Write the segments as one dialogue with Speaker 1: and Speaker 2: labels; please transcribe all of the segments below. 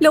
Speaker 1: Lo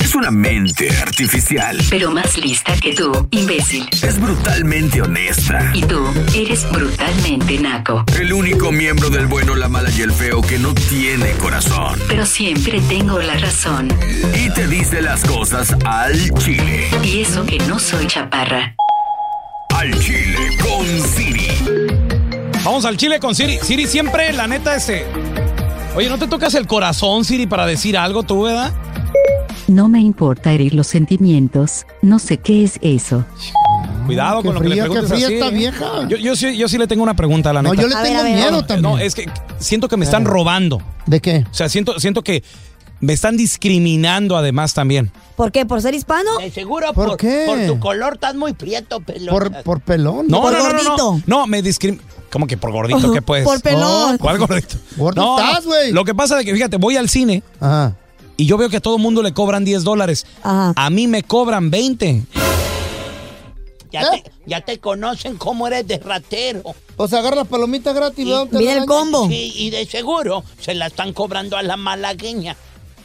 Speaker 2: Es una mente artificial.
Speaker 3: Pero más lista que tú, imbécil.
Speaker 2: Es brutalmente honesta.
Speaker 3: Y tú eres brutalmente naco.
Speaker 2: El único miembro del bueno, la mala y el feo que no tiene corazón.
Speaker 3: Pero siempre tengo la razón.
Speaker 2: Y te dice las cosas al chile.
Speaker 3: Y eso que no soy chaparra.
Speaker 2: Al chile con Siri.
Speaker 4: Vamos al Chile con Siri. Siri siempre, la neta, ese. Oye, ¿no te tocas el corazón, Siri, para decir algo tú, verdad?
Speaker 5: No me importa herir los sentimientos, no sé qué es eso.
Speaker 4: Cuidado
Speaker 6: Mm, Qué
Speaker 4: con lo que le
Speaker 6: fría, qué
Speaker 4: preguntas
Speaker 6: fría
Speaker 4: así,
Speaker 6: esta
Speaker 4: ¿eh?
Speaker 6: vieja.
Speaker 4: Yo, yo sí, yo sí le tengo una pregunta, la
Speaker 6: No,
Speaker 4: neta.
Speaker 6: yo le
Speaker 7: A ver,
Speaker 6: tengo
Speaker 7: a ver, a
Speaker 6: miedo
Speaker 7: ver.
Speaker 6: también.
Speaker 4: No, es que siento que me están robando. O
Speaker 6: ¿De qué?
Speaker 4: sea, siento, siento que me están discriminando además también.
Speaker 7: ¿Por qué? ¿Por ser hispano?
Speaker 8: De seguro
Speaker 6: ¿Por
Speaker 8: por,
Speaker 6: qué?
Speaker 8: por tu color estás muy prieto, pelón.
Speaker 6: Por, por pelón.
Speaker 4: No,
Speaker 7: Por
Speaker 4: no, no, no, no.
Speaker 7: gordito. Oh,
Speaker 4: No, me discriminan. ¿Cómo que por gordito? ¿Qué pues?
Speaker 7: Por pelón.
Speaker 4: ¿Cuál gordito?
Speaker 6: Gordo
Speaker 4: No,
Speaker 6: estás, güey.
Speaker 4: Lo que pasa es que, fíjate, voy al cine
Speaker 6: Ajá.
Speaker 4: y yo veo que a todo mundo le cobran 10 dólares.
Speaker 7: Ajá.
Speaker 4: A mí me cobran 20.
Speaker 8: Ya,
Speaker 6: ¿Eh?
Speaker 8: te, ya te conocen cómo eres de ratero.
Speaker 6: O sea, Pues agarra las palomitas gratis. ¿verdad? Te
Speaker 7: Mira
Speaker 6: la dan.
Speaker 7: el combo.
Speaker 8: Sí, y de seguro se la están cobrando a la malagueña.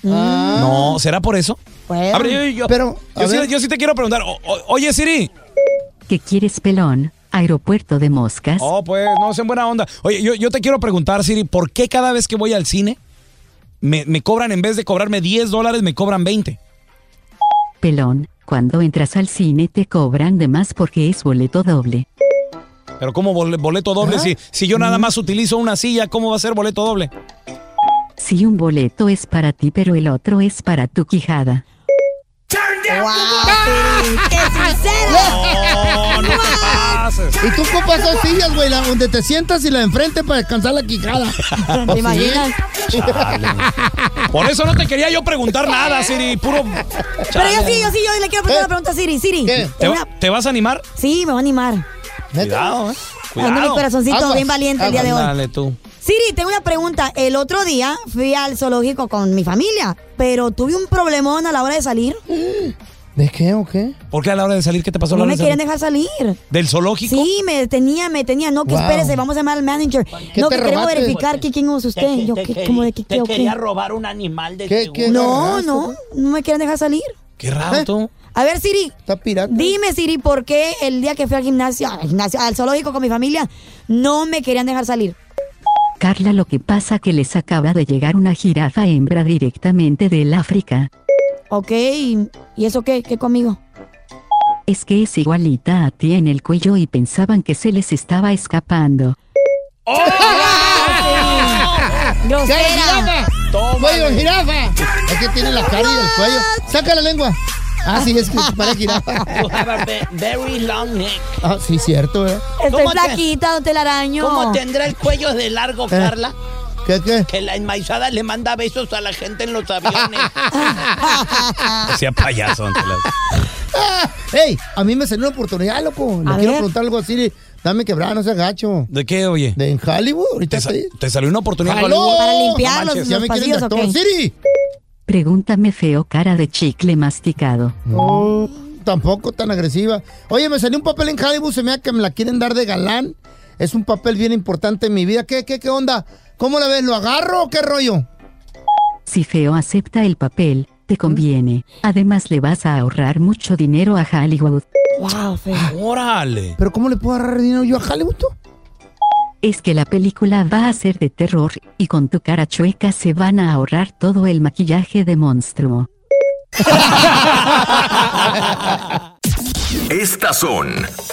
Speaker 6: Ah,
Speaker 4: No, ¿será por eso?
Speaker 7: Bueno.
Speaker 4: A ver, yo, yo-
Speaker 6: Pero, a
Speaker 4: yo sí,
Speaker 6: ver.
Speaker 4: yo sí te quiero preguntar. O- o- oye, Siri.
Speaker 5: ¿Qué quieres, pelón? Aeropuerto de moscas.
Speaker 4: Oh, pues, no, es en buena onda. Oye, yo, yo te quiero preguntar, Siri, ¿por qué cada vez que voy al cine me, me cobran, en vez de cobrarme 10 dólares, me cobran 20?
Speaker 5: Pelón, cuando entras al cine te cobran de más porque es boleto doble.
Speaker 4: Pero ¿cómo bol- boleto
Speaker 6: ¿Ah?
Speaker 4: doble? Si, si yo
Speaker 6: Mm.
Speaker 4: nada más utilizo una silla, ¿cómo va a ser boleto doble?
Speaker 5: Si un boleto es para ti pero el otro es para tu quijada.
Speaker 7: ¡Wow! Piri, ¡Qué sincera!
Speaker 4: Ah. No, no te pases.
Speaker 6: Y tú compras dos sillas, güey, la donde te sientas y la de enfrente para descansar la quijada.
Speaker 7: ¿Te imaginas?
Speaker 4: Por eso no te quería yo preguntar nada, Siri. Puro...
Speaker 7: Pero yo sí, yo sí, yo le quiero preguntar
Speaker 6: ¿Qué?
Speaker 7: una pregunta a Siri. Siri.
Speaker 6: Eh. ¿Qué?
Speaker 4: ¿Te, va-
Speaker 7: una-
Speaker 4: te vas a animar?
Speaker 7: Sí, me va a animar.
Speaker 6: ¿Neta?
Speaker 4: Cuidado, eh.
Speaker 7: Ando mi
Speaker 4: Cuidado.
Speaker 7: corazoncito
Speaker 6: Aguas,
Speaker 7: bien valiente el día de hoy.
Speaker 4: Dale tú.
Speaker 7: Siri, tengo una pregunta. El otro día fui al zoológico con mi familia, pero tuve un problemón a la hora de salir.
Speaker 6: ¿De qué o qué?
Speaker 4: ¿Por qué a la hora de salir qué te pasó a la
Speaker 7: No
Speaker 4: hora de
Speaker 7: me
Speaker 4: salir?
Speaker 7: querían dejar salir.
Speaker 4: ¿Del zoológico?
Speaker 7: Sí, me detenía, me detenía. No, que
Speaker 6: Wow.
Speaker 7: espérese, vamos a llamar al manager.
Speaker 6: ¿Qué
Speaker 7: no,
Speaker 6: te
Speaker 7: que queremos
Speaker 6: robaste?
Speaker 7: verificar que quién es usted.
Speaker 8: Te-
Speaker 7: Yo,
Speaker 8: te
Speaker 7: ¿qué?
Speaker 8: querí-
Speaker 7: ¿Cómo de qué,
Speaker 8: te
Speaker 7: qué, o
Speaker 8: quería
Speaker 7: qué?
Speaker 8: robar un animal de
Speaker 6: ¿Qué-
Speaker 8: seguro.
Speaker 6: qué?
Speaker 7: No,
Speaker 6: agarraste,
Speaker 7: no, no me quieren dejar salir.
Speaker 4: Qué raro
Speaker 6: ¿Eh?
Speaker 4: tú.
Speaker 7: A ver, Siri,
Speaker 6: Está pirata.
Speaker 7: dime, Siri, ¿por qué el día que fui al gimnasio, al, gimnasio, al zoológico con mi familia, no me querían dejar salir?
Speaker 5: Carla, lo que pasa que les acaba de llegar una jirafa hembra directamente del África.
Speaker 7: Ok, ¿y y eso qué? ¿Qué conmigo?
Speaker 5: Es que es igualita a ti en el cuello y pensaban que se les estaba escapando.
Speaker 9: ¡Oh!
Speaker 6: ¡Ya,
Speaker 7: ¡Grosera!
Speaker 6: jirafa! ¡Cuello, de jirafa! Es que tiene la cara y el cuello. ¡Saca la lengua! Ah, sí, es que para jirafa.
Speaker 8: You have a ve- very long eh, neck.
Speaker 6: Ah, sí, cierto, ¿verdad?
Speaker 7: Estoy
Speaker 8: ¿Cómo te-
Speaker 7: flaquita, don Telaraño.
Speaker 8: ¿Cómo tendrá el cuello de largo, Carla?
Speaker 6: ¿Qué, qué?
Speaker 8: Que la enmaizada le manda besos a la gente en los aviones.
Speaker 4: Sea payaso, Antela.
Speaker 6: Ah, Ey, a mí me salió una oportunidad, loco. Le
Speaker 10: A
Speaker 6: quiero
Speaker 10: ver.
Speaker 6: preguntar algo así. Dame quebrada, no seas gacho.
Speaker 10: ¿De qué, oye?
Speaker 6: De en Hollywood, ahorita
Speaker 10: te, sa- te salió una oportunidad en
Speaker 6: ¡Jaló!
Speaker 10: Hollywood.
Speaker 11: Para
Speaker 6: No
Speaker 11: limpiar los,
Speaker 6: manches, ya
Speaker 11: los
Speaker 6: me quieren
Speaker 11: pasillos, ¿o
Speaker 6: de
Speaker 11: qué?
Speaker 6: actor. Siri.
Speaker 5: Pregúntame feo cara de chicle masticado.
Speaker 6: No, tampoco tan agresiva. Oye, me salió un papel en Hollywood, se me da que me la quieren dar de galán. Es un papel bien importante en mi vida. ¿Qué, qué, qué onda? ¿Cómo la ves? ¿Lo agarro o qué rollo?
Speaker 5: Si feo acepta el papel, te conviene. Además le vas a ahorrar mucho dinero a Hollywood.
Speaker 6: Wow, feo.
Speaker 10: ¡Órale!
Speaker 6: ¿Pero cómo le puedo agarrar dinero yo a Hollywood? tú?
Speaker 5: Es que la película va a ser de terror, y con tu cara chueca se van a ahorrar todo el maquillaje de monstruo.
Speaker 2: Estas son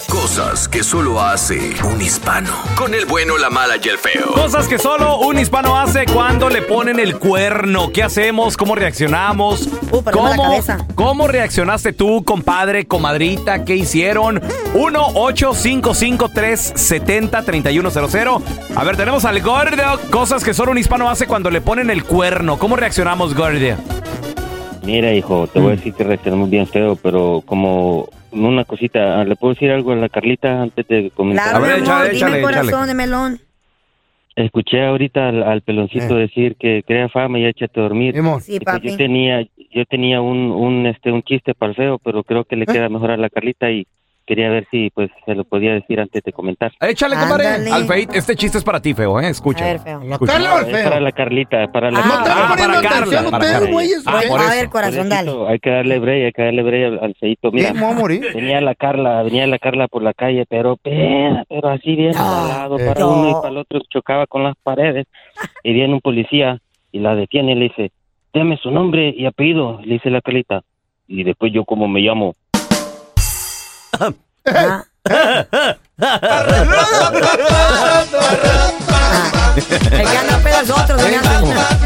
Speaker 2: cosas que solo hace un hispano. Con el bueno, la mala y el feo.
Speaker 4: Cosas que solo un hispano hace cuando le ponen el cuerno. ¿Qué hacemos? ¿Cómo reaccionamos?
Speaker 7: me la
Speaker 4: ¿Cómo,
Speaker 7: cabeza.
Speaker 4: ¿Cómo reaccionaste tú, compadre, comadrita? ¿Qué hicieron? 1-855-370-3100. A ver, tenemos al gordo. Cosas que solo un hispano hace cuando le ponen el cuerno. ¿Cómo reaccionamos, gordo?
Speaker 9: Mira, hijo, te voy
Speaker 4: Mm.
Speaker 9: a decir que reaccionamos bien feo, pero como una cosita, ah, ¿le puedo decir algo a la Carlita antes de comenzar?
Speaker 7: Claro, mi amor, dime corazón de melón.
Speaker 9: Escuché ahorita al, al
Speaker 4: Eh.
Speaker 9: peloncito decir que crea fama y échate a dormir.
Speaker 7: Sí,
Speaker 9: Y pues
Speaker 7: papi.
Speaker 9: yo tenía, yo tenía un, un, este, un chiste para el feo, pero creo
Speaker 4: ¿Eh?
Speaker 9: que le queda mejor a la Carlita y quería ver si pues se lo podía decir antes de comentar.
Speaker 4: Échale, compadre. Al feito, este chiste es para ti, feo, ¿eh? Escucha.
Speaker 9: A ver,
Speaker 4: feo.
Speaker 9: No, eh, es para la Carlita, para la
Speaker 4: Ah, no
Speaker 9: Carlita.
Speaker 4: están poniendo para atención Carla, para ustedes, Carla. güeyes, Ah, güey. por
Speaker 9: A
Speaker 4: eso.
Speaker 9: ver,
Speaker 7: corazón, dale.
Speaker 9: Pobrecito, Hay que darle break, hay que darle break al, al feito. Mira,
Speaker 7: Sí, me voy a morir.
Speaker 9: venía la Carla, venía la Carla por la calle, pero peda, pero así bien al lado,
Speaker 4: eh.
Speaker 9: para
Speaker 7: Ah, no.
Speaker 9: uno y para el otro, chocaba con las paredes. Y viene un policía y la detiene y le dice, deme su nombre y apellido, le dice la Carlita. Y después yo como me llamo.
Speaker 7: El que anda pedo es otro, el que anda-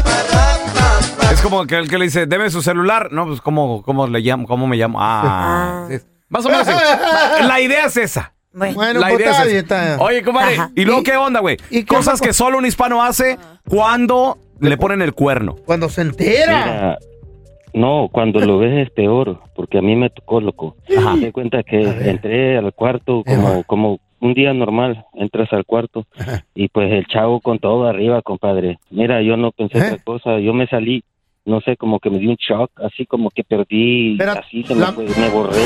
Speaker 4: Es como que el que le dice, deme su celular. No, pues, ¿cómo, cómo le llamo? ¿Cómo me llamo? Ah. sí. Más o menos. sí. La idea es esa.
Speaker 7: Bueno,
Speaker 4: La
Speaker 6: pues,
Speaker 4: idea es esa. Oye, compadre,
Speaker 7: Ajá.
Speaker 4: ¿y luego qué onda, güey? Cosas que solo un hispano hace cuando le ponen el cuerno.
Speaker 6: Cuando se entera.
Speaker 9: Mira, no, cuando lo ves es peor, porque a mí me tocó, loco. Me di cuenta que entré al cuarto como, como un día normal, entras al cuarto y pues el chavo con todo arriba, compadre. Mira, yo no pensé otra cosa, yo me salí, no sé, como que me dio un shock, así como que perdí, así se me, fue, me borré.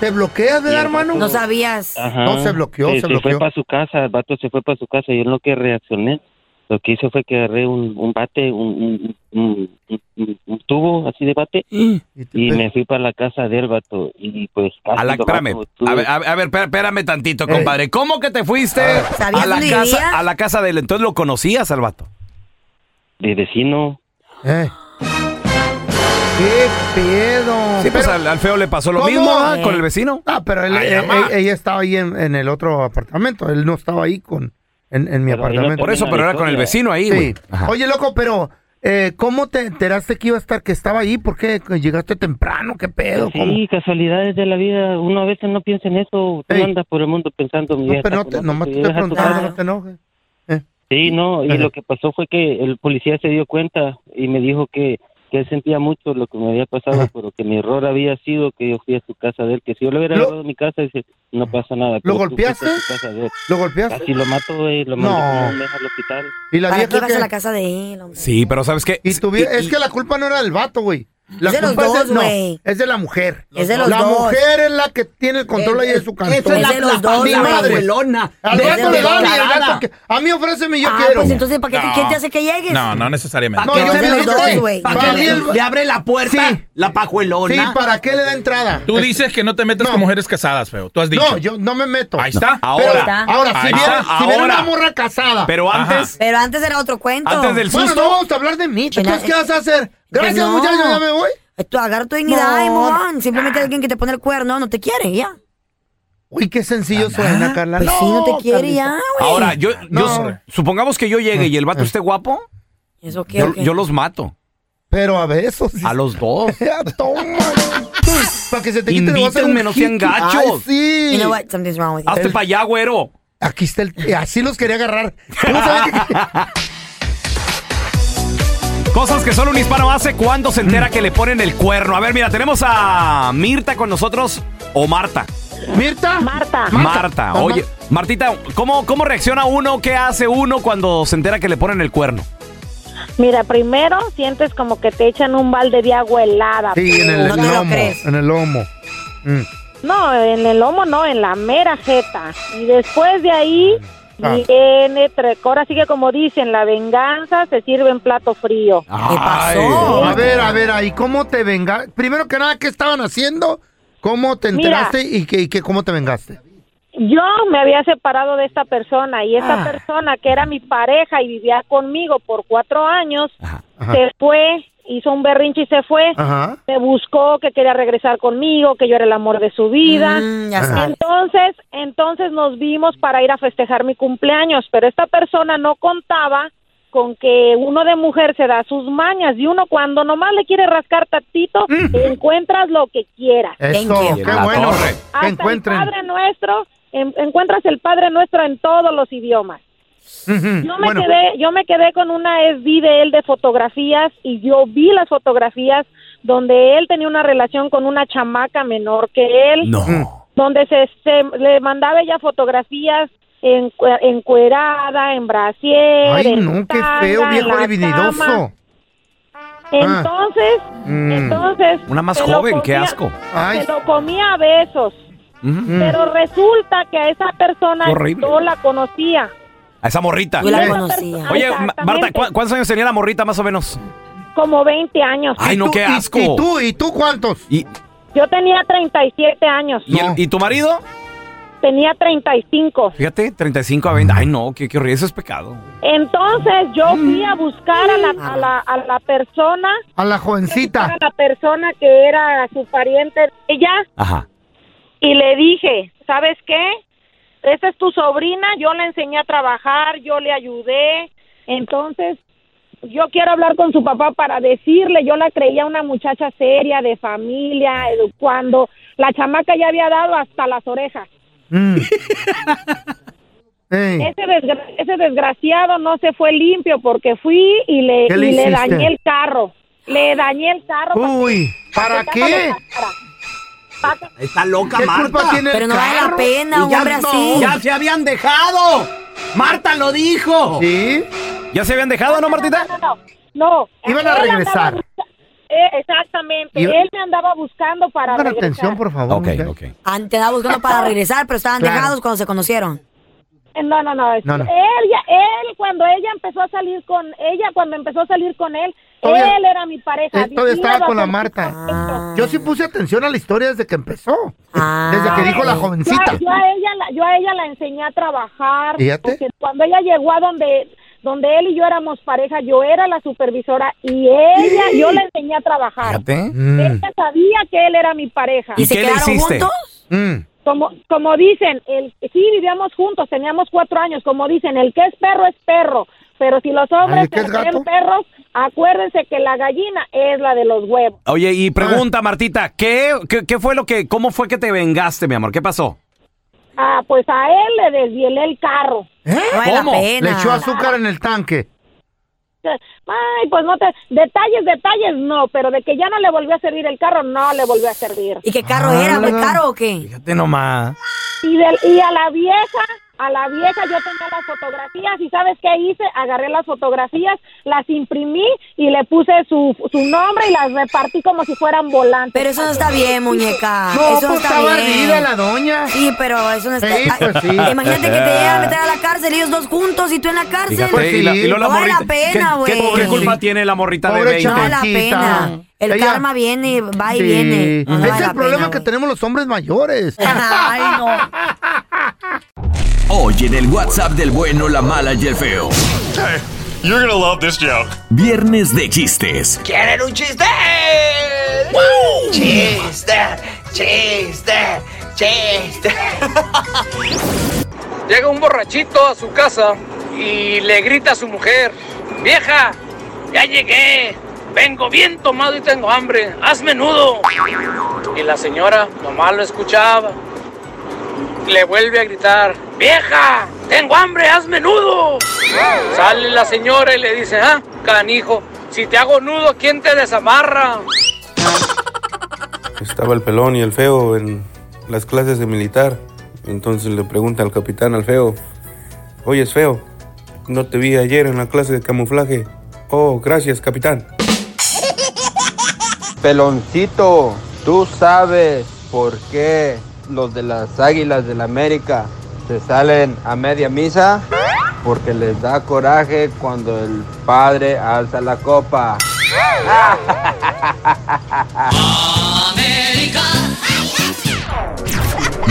Speaker 6: ¿Te bloqueas, verdad, hermano?
Speaker 11: No sabías.
Speaker 9: Ajá.
Speaker 6: No, se bloqueó, se
Speaker 9: fue
Speaker 6: bloqueó.
Speaker 9: para su casa, el vato se fue para su casa. Yo en lo que reaccioné, lo que hice fue que agarré un, un bate, un, un- un- un- un- un tubo así de bate, y, me fui para la casa del vato. Y pues casi
Speaker 4: A la,
Speaker 9: lo
Speaker 4: espérame,
Speaker 9: mato, tú.
Speaker 4: a ver, a ver, a ver, espérame, espérame tantito, compadre. ¿Cómo que te fuiste
Speaker 9: ¿Sabías
Speaker 4: a la,
Speaker 9: dónde
Speaker 4: casa,
Speaker 9: vivía?
Speaker 4: a la casa de él? Entonces lo conocías al vato.
Speaker 9: De vecino.
Speaker 6: Eh. ¿Qué pedo?
Speaker 4: Sí, pues
Speaker 6: Pero-
Speaker 4: al, al feo le pasó lo
Speaker 6: ¿Cómo?
Speaker 4: mismo ¿ah?
Speaker 6: Eh.
Speaker 4: con el vecino.
Speaker 6: Ah, pero él-
Speaker 4: Ay,
Speaker 6: él-
Speaker 4: mamá.
Speaker 6: él- ella estaba ahí en, en el otro apartamento. Él no estaba ahí con, en, en mi apartamento.
Speaker 4: Por eso, pero era con el vecino ahí,
Speaker 6: Sí.
Speaker 4: güey. Ajá.
Speaker 6: Oye, loco, pero eh, ¿cómo te enteraste que iba a estar, que estaba ahí? ¿Por qué llegaste temprano? ¿Qué pedo? ¿Cómo?
Speaker 9: Sí, casualidades de la vida. Uno a veces no piensa en eso. Tú andas por el mundo pensando. mi
Speaker 6: No,
Speaker 9: vieja,
Speaker 6: pero no te,
Speaker 9: como
Speaker 6: nomás
Speaker 9: que
Speaker 6: te estoy
Speaker 9: deja tu
Speaker 6: preguntando,
Speaker 9: casa.
Speaker 6: no te enojes.
Speaker 9: Sí, no, y lo que pasó fue que el policía se dio cuenta y me dijo que, que él sentía mucho lo que me había pasado, pero que mi error había sido que yo fui a su casa de él, que si yo le hubiera dado a mi casa, dice, no pasa nada. pero tú
Speaker 6: golpeaste?
Speaker 9: fuiste a su casa de él.
Speaker 6: ¿Lo golpeaste?
Speaker 9: Casi lo mato, güey, lo mandé
Speaker 6: No.
Speaker 9: como un mes al hospital.
Speaker 6: ¿Y la
Speaker 11: ¿Para
Speaker 6: vieja
Speaker 11: qué vas
Speaker 6: qué?
Speaker 11: a la casa de él, hombre?
Speaker 4: Sí, pero ¿sabes qué?
Speaker 6: Y tu vie- es que la culpa no era del vato, güey. La
Speaker 11: Es de los
Speaker 6: culpa
Speaker 11: dos,
Speaker 6: es, de, no,
Speaker 11: güey.
Speaker 6: es de la mujer.
Speaker 11: Es de los
Speaker 6: la
Speaker 11: dos.
Speaker 6: mujer es la que tiene el control
Speaker 11: Es-
Speaker 6: ahí de
Speaker 11: es-
Speaker 6: su cantón.
Speaker 11: eso es la- Es de los la dos,
Speaker 6: Mi
Speaker 11: la
Speaker 6: madre.
Speaker 11: abuelona.
Speaker 6: Al
Speaker 11: Es de
Speaker 6: gato le
Speaker 11: los
Speaker 6: dan y
Speaker 11: dos.
Speaker 6: al gato que- A mí ofréceme y yo
Speaker 11: Ah,
Speaker 6: quiero.
Speaker 11: pues entonces, ¿para qué,
Speaker 8: No.
Speaker 11: quién te hace que llegues?
Speaker 8: No, no necesariamente.
Speaker 6: No, yo creo que sí.
Speaker 8: ¿Para
Speaker 6: Para
Speaker 8: qué
Speaker 6: mí
Speaker 8: le-
Speaker 6: el-
Speaker 8: le abre la puerta la pajuelona?
Speaker 6: Sí, ¿para qué le da entrada?
Speaker 8: Tú dices que no te metes con mujeres casadas, feo. Tú has dicho.
Speaker 6: No, yo no me meto.
Speaker 8: Ahí está.
Speaker 6: Pero- Ahora, ahora, si
Speaker 8: Ahí
Speaker 6: viene,
Speaker 8: está,
Speaker 6: si viene
Speaker 8: ahora.
Speaker 6: una morra casada.
Speaker 8: Pero antes-
Speaker 11: Pero antes era otro cuento.
Speaker 6: Bueno, no vamos a hablar de mí. Entonces, ¿qué
Speaker 7: eh,
Speaker 6: vas a hacer? Gracias,
Speaker 11: Pues no.
Speaker 6: muchachos, ya me voy.
Speaker 11: Tú agarra tu dignidad
Speaker 6: No.
Speaker 11: y move on. Simplemente alguien que te pone el cuerno no te quiere, ya.
Speaker 6: Uy, qué sencillo
Speaker 4: Ah,
Speaker 6: suena, Carla.
Speaker 11: Pues sí, no te quiere
Speaker 6: Carlita.
Speaker 11: ya, güey.
Speaker 4: Ahora, yo, yo su- supongamos que yo llegue y el vato esté guapo,
Speaker 11: ¿Eso qué?
Speaker 4: yo,
Speaker 11: o qué?
Speaker 4: yo los mato.
Speaker 6: Pero a besos.
Speaker 4: A los dos.
Speaker 6: Ya, Toma. Para que se te quite le voy a hacer un
Speaker 4: Invítenme, no sean
Speaker 6: hit.
Speaker 4: gachos.
Speaker 6: Ay, sí.
Speaker 11: You know what? Something's wrong with you.
Speaker 4: Hazte para Ah, allá, güero.
Speaker 6: Aquí está el. eh, Así los quería agarrar. ¿Cómo sabes que-
Speaker 4: Cosas que solo un hispano hace cuando se entera que le ponen el cuerno. A ver, mira, tenemos a Mirta con nosotros. o Marta?
Speaker 6: ¿Mirta?
Speaker 11: Ah. Marta.
Speaker 4: Marta. Oye, Martita, ¿cómo, ¿cómo reacciona uno? ¿Qué hace uno cuando se entera que le ponen el cuerno?
Speaker 11: Mira, primero sientes como que te echan un balde de agua helada.
Speaker 6: Sí, en el,
Speaker 11: No
Speaker 6: en
Speaker 11: te
Speaker 6: el
Speaker 11: lo
Speaker 6: lomo.
Speaker 11: crees.
Speaker 6: En el lomo. Mm.
Speaker 11: No, en el lomo no, en la mera jeta. Y después de ahí
Speaker 6: Ah.
Speaker 11: viene, tre- ahora sigue como dicen, la venganza se sirve en plato frío.
Speaker 6: Ah, Ay, A ver, a ver, ahí, ¿cómo te vengaste? Primero que nada, ¿qué estaban haciendo? ¿Cómo te
Speaker 11: Mira.
Speaker 6: enteraste y, que, y que- cómo te vengaste?
Speaker 11: Yo me había separado de esta persona y
Speaker 9: Ah.
Speaker 11: esta persona que era mi pareja y vivía conmigo por cuatro años,
Speaker 6: ajá.
Speaker 11: se fue, hizo un berrinche y se fue.
Speaker 6: Ajá.
Speaker 11: Me buscó que quería regresar conmigo, que yo era el amor de su vida.
Speaker 9: Mm, ya sabes.
Speaker 11: entonces, entonces nos vimos para ir a festejar mi cumpleaños, pero esta persona no contaba con que uno de mujer se da sus mañas y uno cuando nomás le quiere rascar tantito, encuentras lo que quieras.
Speaker 6: Mm. Eso, qué bueno.
Speaker 4: Ah,
Speaker 6: Que
Speaker 11: Hasta
Speaker 6: encuentren.
Speaker 11: el Padre Nuestro, en- encuentras el Padre Nuestro en todos los idiomas.
Speaker 6: Ujú,
Speaker 11: Yo me
Speaker 6: bueno.
Speaker 11: quedé, yo me quedé con una SD de él de fotografías y yo vi las fotografías donde él tenía una relación con una chamaca menor que él.
Speaker 4: No.
Speaker 11: Donde se, se- le mandaba ella fotografías en, encuerada, en brasier,
Speaker 6: Ay,
Speaker 11: en
Speaker 6: no, qué
Speaker 11: tanga,
Speaker 6: feo,
Speaker 11: en
Speaker 6: viejo
Speaker 11: la
Speaker 6: libidinoso. Ah.
Speaker 11: cama. Entonces,
Speaker 4: Mm.
Speaker 11: entonces
Speaker 4: Una más
Speaker 11: se lo
Speaker 4: joven, qué
Speaker 11: comía-
Speaker 4: asco.
Speaker 11: Se lo comía a besos.
Speaker 4: Mm.
Speaker 11: Pero resulta que a esa persona
Speaker 4: Horrible.
Speaker 11: yo la conocía.
Speaker 4: A esa morrita.
Speaker 11: Yo la
Speaker 4: Eh.
Speaker 11: conocía.
Speaker 4: Oye, Ma-
Speaker 11: Exactamente.
Speaker 4: Marta, ¿cu- ¿cuántos años tenía la morrita más o menos?
Speaker 11: Como 20 años.
Speaker 4: Ay, no, qué asco.
Speaker 6: ¿Y tú cuántos?
Speaker 4: ¿Y,
Speaker 11: Yo tenía 37 años.
Speaker 4: y el- y tu marido?
Speaker 11: Tenía 35.
Speaker 4: Fíjate, 35 a 20. Ay, no, qué, qué horrible. Eso es pecado.
Speaker 11: Entonces yo
Speaker 4: Mm.
Speaker 11: fui a buscar a la, a la, a la persona,
Speaker 6: A la jovencita.
Speaker 11: a la persona que era su pariente de ella,
Speaker 4: Ajá.
Speaker 11: y le dije, ¿sabes qué? Esa es tu sobrina, yo le enseñé a trabajar, yo le ayudé, entonces yo quiero hablar con su papá para decirle, yo la creía una muchacha seria, de familia, edu- cuando la chamaca ya había dado hasta las orejas. Ese, desgra- ese desgraciado no se fue limpio porque fui y le,
Speaker 6: ¿Qué le
Speaker 11: y le
Speaker 6: hiciste?
Speaker 11: dañé el carro. Le dañé el carro. para-
Speaker 6: Uy, ¿para
Speaker 11: que el
Speaker 6: qué?
Speaker 11: carro le pasara. Pa' que-
Speaker 8: Está loca,
Speaker 6: ¿Qué
Speaker 8: Marta.
Speaker 6: culpa tiene el Ah, Pero no vale la carro? pena,
Speaker 8: Y
Speaker 6: un
Speaker 8: ya,
Speaker 6: hombre así.
Speaker 8: Ya se habían dejado. Marta lo dijo.
Speaker 6: ¿Sí?
Speaker 4: ¿Ya se habían dejado, no, Martita?
Speaker 11: No, no, no.
Speaker 6: Iban a
Speaker 11: Él andaba
Speaker 6: regresar.
Speaker 11: busca- eh, exactamente.
Speaker 6: Iba-
Speaker 11: Él me andaba buscando para
Speaker 6: Pongan
Speaker 11: regresar.
Speaker 6: atención, por favor.
Speaker 4: Ok,
Speaker 6: mujer.
Speaker 4: ok.
Speaker 7: Antes estaba buscando para regresar, pero estaban
Speaker 6: Claro.
Speaker 7: dejados cuando se conocieron.
Speaker 11: Eh, No, no, no.
Speaker 7: No, no.
Speaker 11: Él, ya- él, cuando ella empezó a salir con ella, cuando empezó a salir con él,
Speaker 6: Todavía-
Speaker 11: él era mi pareja.
Speaker 6: Eh, todavía estaba
Speaker 11: Iba a
Speaker 6: con la
Speaker 11: ser-
Speaker 6: Marta. Ah, Yo sí puse atención a la historia desde que empezó. Desde que
Speaker 11: Ah,
Speaker 6: dijo la jovencita.
Speaker 11: Yo, yo a ella la, yo a ella la enseñé a trabajar.
Speaker 6: Fíjate.
Speaker 11: Porque cuando ella llegó a donde donde él y yo éramos pareja, yo era la supervisora y ella, yo la enseñé a trabajar.
Speaker 6: Mm.
Speaker 11: Ella sabía que él era mi pareja.
Speaker 4: ¿Y ¿Y se qué le quedaron hiciste? juntos?
Speaker 11: Como, como dicen, el, sí vivíamos juntos, teníamos cuatro años, como dicen, el que es perro es perro, pero si los
Speaker 4: Ay,
Speaker 11: hombres
Speaker 4: ¿qué
Speaker 11: se
Speaker 4: es gato?
Speaker 11: creen perros, acuérdense que la gallina es la de los huevos.
Speaker 4: Oye, y
Speaker 6: Ah.
Speaker 4: pregunta, Martita, ¿qué, qué, qué fue lo que, cómo fue que te vengaste, mi amor? ¿Qué pasó?
Speaker 11: Ah, pues a él le desvielé el carro.
Speaker 4: ¿Eh? ¿Cómo?
Speaker 6: Le echó azúcar en el tanque.
Speaker 11: Ay, pues no te... Detalles, detalles, no, pero de que ya no le volvió a servir el carro, no le volvió a servir.
Speaker 7: ¿Y qué carro
Speaker 4: Ah,
Speaker 7: era? ¿Muy caro o qué?
Speaker 4: Fíjate nomás.
Speaker 11: Y, del- y a la vieja, a la vieja yo tenía las fotografías y ¿sabes qué hice? Agarré las fotografías, las imprimí y le puse su, su nombre y las repartí como si fueran volantes.
Speaker 7: Pero eso no está bien, muñeca.
Speaker 11: No,
Speaker 7: eso no
Speaker 11: pues,
Speaker 7: está
Speaker 11: estaba
Speaker 7: bien.
Speaker 11: ardida la
Speaker 6: doña.
Speaker 7: Sí, pero eso no está
Speaker 11: Sí, pues,
Speaker 7: Ay,
Speaker 11: sí.
Speaker 7: Imagínate que te llegan a meter a la cárcel ellos dos juntos y tú en la
Speaker 6: Pues
Speaker 7: cárcel.
Speaker 4: Fíjate, pues, y la- y luego la
Speaker 7: no vale la
Speaker 4: morrita.
Speaker 7: pena,
Speaker 4: ¿Qué, qué-
Speaker 7: güey.
Speaker 4: qué culpa tiene la morrita
Speaker 6: Pobre
Speaker 4: de 20?
Speaker 7: No vale la
Speaker 9: Ah,
Speaker 7: pena. El karma viene, y va y
Speaker 6: Mm. Sí.
Speaker 7: viene. No
Speaker 6: Ese
Speaker 7: vale
Speaker 6: es
Speaker 7: la
Speaker 6: el problema que tenemos los hombres mayores.
Speaker 7: Ay, no.
Speaker 2: Hoy en el WhatsApp del bueno, la mala y el feo.
Speaker 12: You're gonna love this joke.
Speaker 2: Viernes de chistes.
Speaker 12: ¿Quieren un chiste? Chiste, chiste, chiste.
Speaker 13: Llega un borrachito a su casa y le grita a su mujer, vieja, ya llegué, vengo bien tomado y tengo hambre, haz menudo. Y la señora nomás lo escuchaba. Le vuelve a gritar, vieja, tengo hambre, haz menudo. Sale la señora y le dice, ah, canijo, si te hago nudo, ¿quién te desamarra?
Speaker 14: Estaba el pelón y el feo en las clases de militar. Entonces le pregunta al capitán, al feo, oye, es feo, no te vi ayer en la clase de camuflaje. Oh, gracias, capitán.
Speaker 15: Peloncito, tú sabes por qué los de las Águilas del América se salen a media misa. Porque les da coraje cuando el padre alza la copa.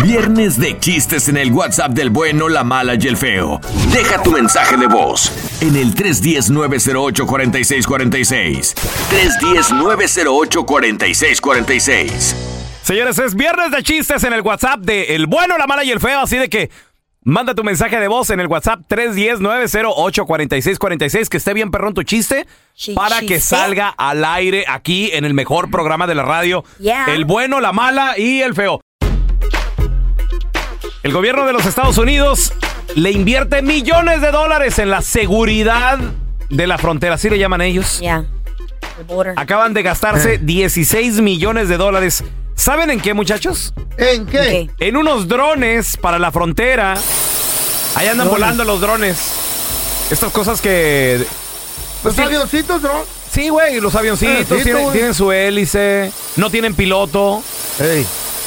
Speaker 2: Viernes de chistes en el WhatsApp del bueno, la mala y el feo. Deja tu mensaje de voz en el 310-908-4646. 310-908-4646.
Speaker 4: Señores, es viernes de chistes en el WhatsApp de El Bueno, la Mala y el Feo, así de que manda tu mensaje de voz en el WhatsApp 310-908-4646, que esté bien perrón tu chiste,
Speaker 9: Chi-
Speaker 4: para que
Speaker 9: chiste.
Speaker 4: salga al aire aquí en el mejor programa de la radio,
Speaker 9: Yeah.
Speaker 4: El Bueno, la Mala y el Feo. El gobierno de los Estados Unidos le invierte millones de dólares en la seguridad de la frontera, así le llaman ellos.
Speaker 9: Ya. El border.
Speaker 4: Acaban de gastarse
Speaker 6: Eh.
Speaker 4: 16 millones de dólares. ¿Saben en qué, muchachos?
Speaker 6: ¿En qué?
Speaker 4: En unos drones para la frontera. Ahí andan
Speaker 6: Drones.
Speaker 4: volando los drones. Estas cosas que.
Speaker 6: Los avioncitos, ¿no?
Speaker 4: Sí, güey, los avioncitos
Speaker 6: Avioncito,
Speaker 4: tienen,
Speaker 6: güey.
Speaker 4: tienen su hélice, no tienen piloto.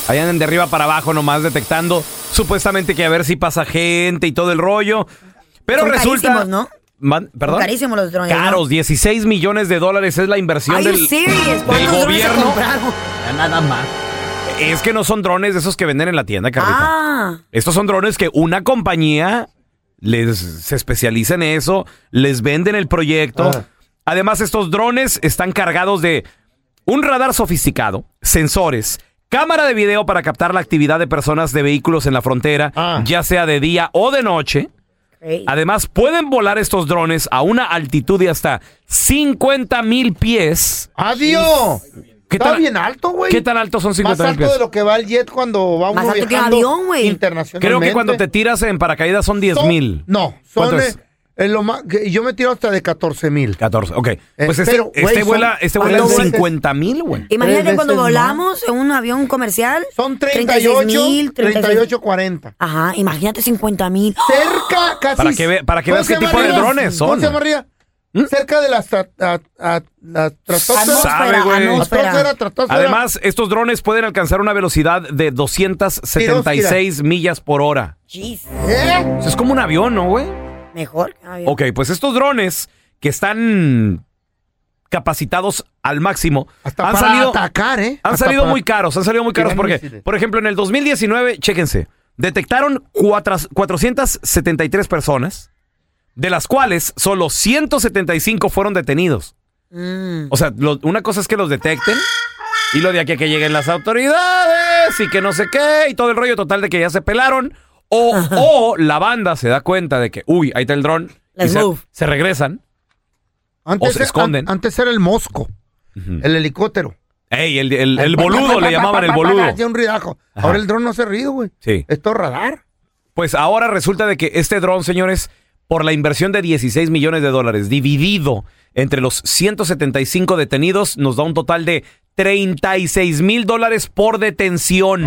Speaker 4: Ahí andan de arriba para abajo nomás detectando supuestamente que a ver si pasa gente y todo el rollo. Pero
Speaker 9: Son
Speaker 4: resulta.
Speaker 9: carísimos, ¿no?
Speaker 4: Man- ¿Perdón?
Speaker 9: Son carísimos los drones, ¿no?
Speaker 4: Caros, 16 millones de dólares es la inversión
Speaker 9: Are you
Speaker 4: del,
Speaker 9: serious?
Speaker 4: del
Speaker 9: ¿Cuántos drones se
Speaker 4: gobierno.
Speaker 9: compraron?
Speaker 4: nada más. Es que no son drones de esos que venden en la tienda, Carlita.
Speaker 9: Ah.
Speaker 4: Estos son drones que una compañía les se especializa en eso, les venden el proyecto.
Speaker 6: Ah.
Speaker 4: Además, estos drones están cargados de un radar sofisticado, sensores, cámara de video para captar la actividad de personas de vehículos en la frontera,
Speaker 6: Ah.
Speaker 4: ya sea de día o de noche. Además, pueden volar estos drones a una altitud de hasta 50 mil pies.
Speaker 6: ¡Adiós!
Speaker 4: ¿Qué
Speaker 6: Está
Speaker 4: tal-
Speaker 6: bien alto, güey.
Speaker 4: ¿Qué tan altos son 50
Speaker 6: Más
Speaker 4: mil
Speaker 6: alto
Speaker 4: pies?
Speaker 6: de lo que va el jet cuando va uno
Speaker 9: Más alto que
Speaker 6: viajando
Speaker 9: avión, güey.
Speaker 6: internacionalmente.
Speaker 4: Creo que cuando te tiras en paracaídas son 10
Speaker 6: Son-
Speaker 4: mil.
Speaker 6: No,
Speaker 4: ¿Cuánto
Speaker 6: son...
Speaker 4: es?
Speaker 6: eh, eh, lo más, que yo me tiro hasta de 14 mil. Eh,
Speaker 4: 14, ok. Pues este,
Speaker 6: pero, güey,
Speaker 4: este
Speaker 6: son
Speaker 4: vuela, este vuela en
Speaker 6: cuatro veces.
Speaker 4: 50 mil, güey.
Speaker 9: Imagínate
Speaker 6: Tres
Speaker 9: cuando
Speaker 6: veces más.
Speaker 9: volamos en un avión comercial. Son
Speaker 6: 38, 38, 40.
Speaker 9: Ajá, imagínate 50 mil.
Speaker 6: Cerca, casi.
Speaker 4: Para que ve- para que veas qué tipo de drones son. ¿Mm?
Speaker 6: ¿Cómo se llama arriba? Cerca de las tra- a- a- la
Speaker 4: Sabe,
Speaker 6: estratosfera.
Speaker 4: güey.
Speaker 6: Atmósfera, estratosfera.
Speaker 4: Además, estos drones pueden alcanzar una velocidad de 276 millas por hora.
Speaker 6: ¿Eh?
Speaker 4: Eso es como un avión, ¿no, güey?
Speaker 9: Mejor. que un avión.
Speaker 4: Ok, pues estos drones que están capacitados al máximo han
Speaker 6: para
Speaker 4: salido
Speaker 6: atacar, ¿eh?
Speaker 4: han
Speaker 6: Hasta
Speaker 4: salido
Speaker 6: para-
Speaker 4: muy caros, han salido muy caros
Speaker 6: Tirar
Speaker 4: porque
Speaker 6: misiles.
Speaker 4: por ejemplo en el 2019, chéquense, detectaron cuatro- 473 personas, de las cuales solo 175 fueron detenidos.
Speaker 9: Mm.
Speaker 4: O sea, lo- una cosa es que los detecten y lo de aquí a que lleguen las autoridades y que no sé qué y todo el rollo total de que ya se pelaron. O, o la banda se da cuenta de que, uy, ahí está el dron. y
Speaker 6: Let's
Speaker 4: se,
Speaker 6: move.
Speaker 4: se regresan.
Speaker 6: Antes,
Speaker 4: o se
Speaker 6: era-
Speaker 4: esconden.
Speaker 6: an- antes era el mosco, el helicótero.
Speaker 4: Ey, el, el- el boludo le llamaban el boludo.
Speaker 6: Hacía un ridajo.
Speaker 4: Ajá.
Speaker 6: Ahora el dron no se ríe, güey.
Speaker 4: Sí.
Speaker 6: Esto es radar.
Speaker 4: Pues ahora resulta de que este dron, señores, por la inversión de 16 millones de dólares, dividido entre los 175 detenidos, nos da un total de 36 mil dólares por detención.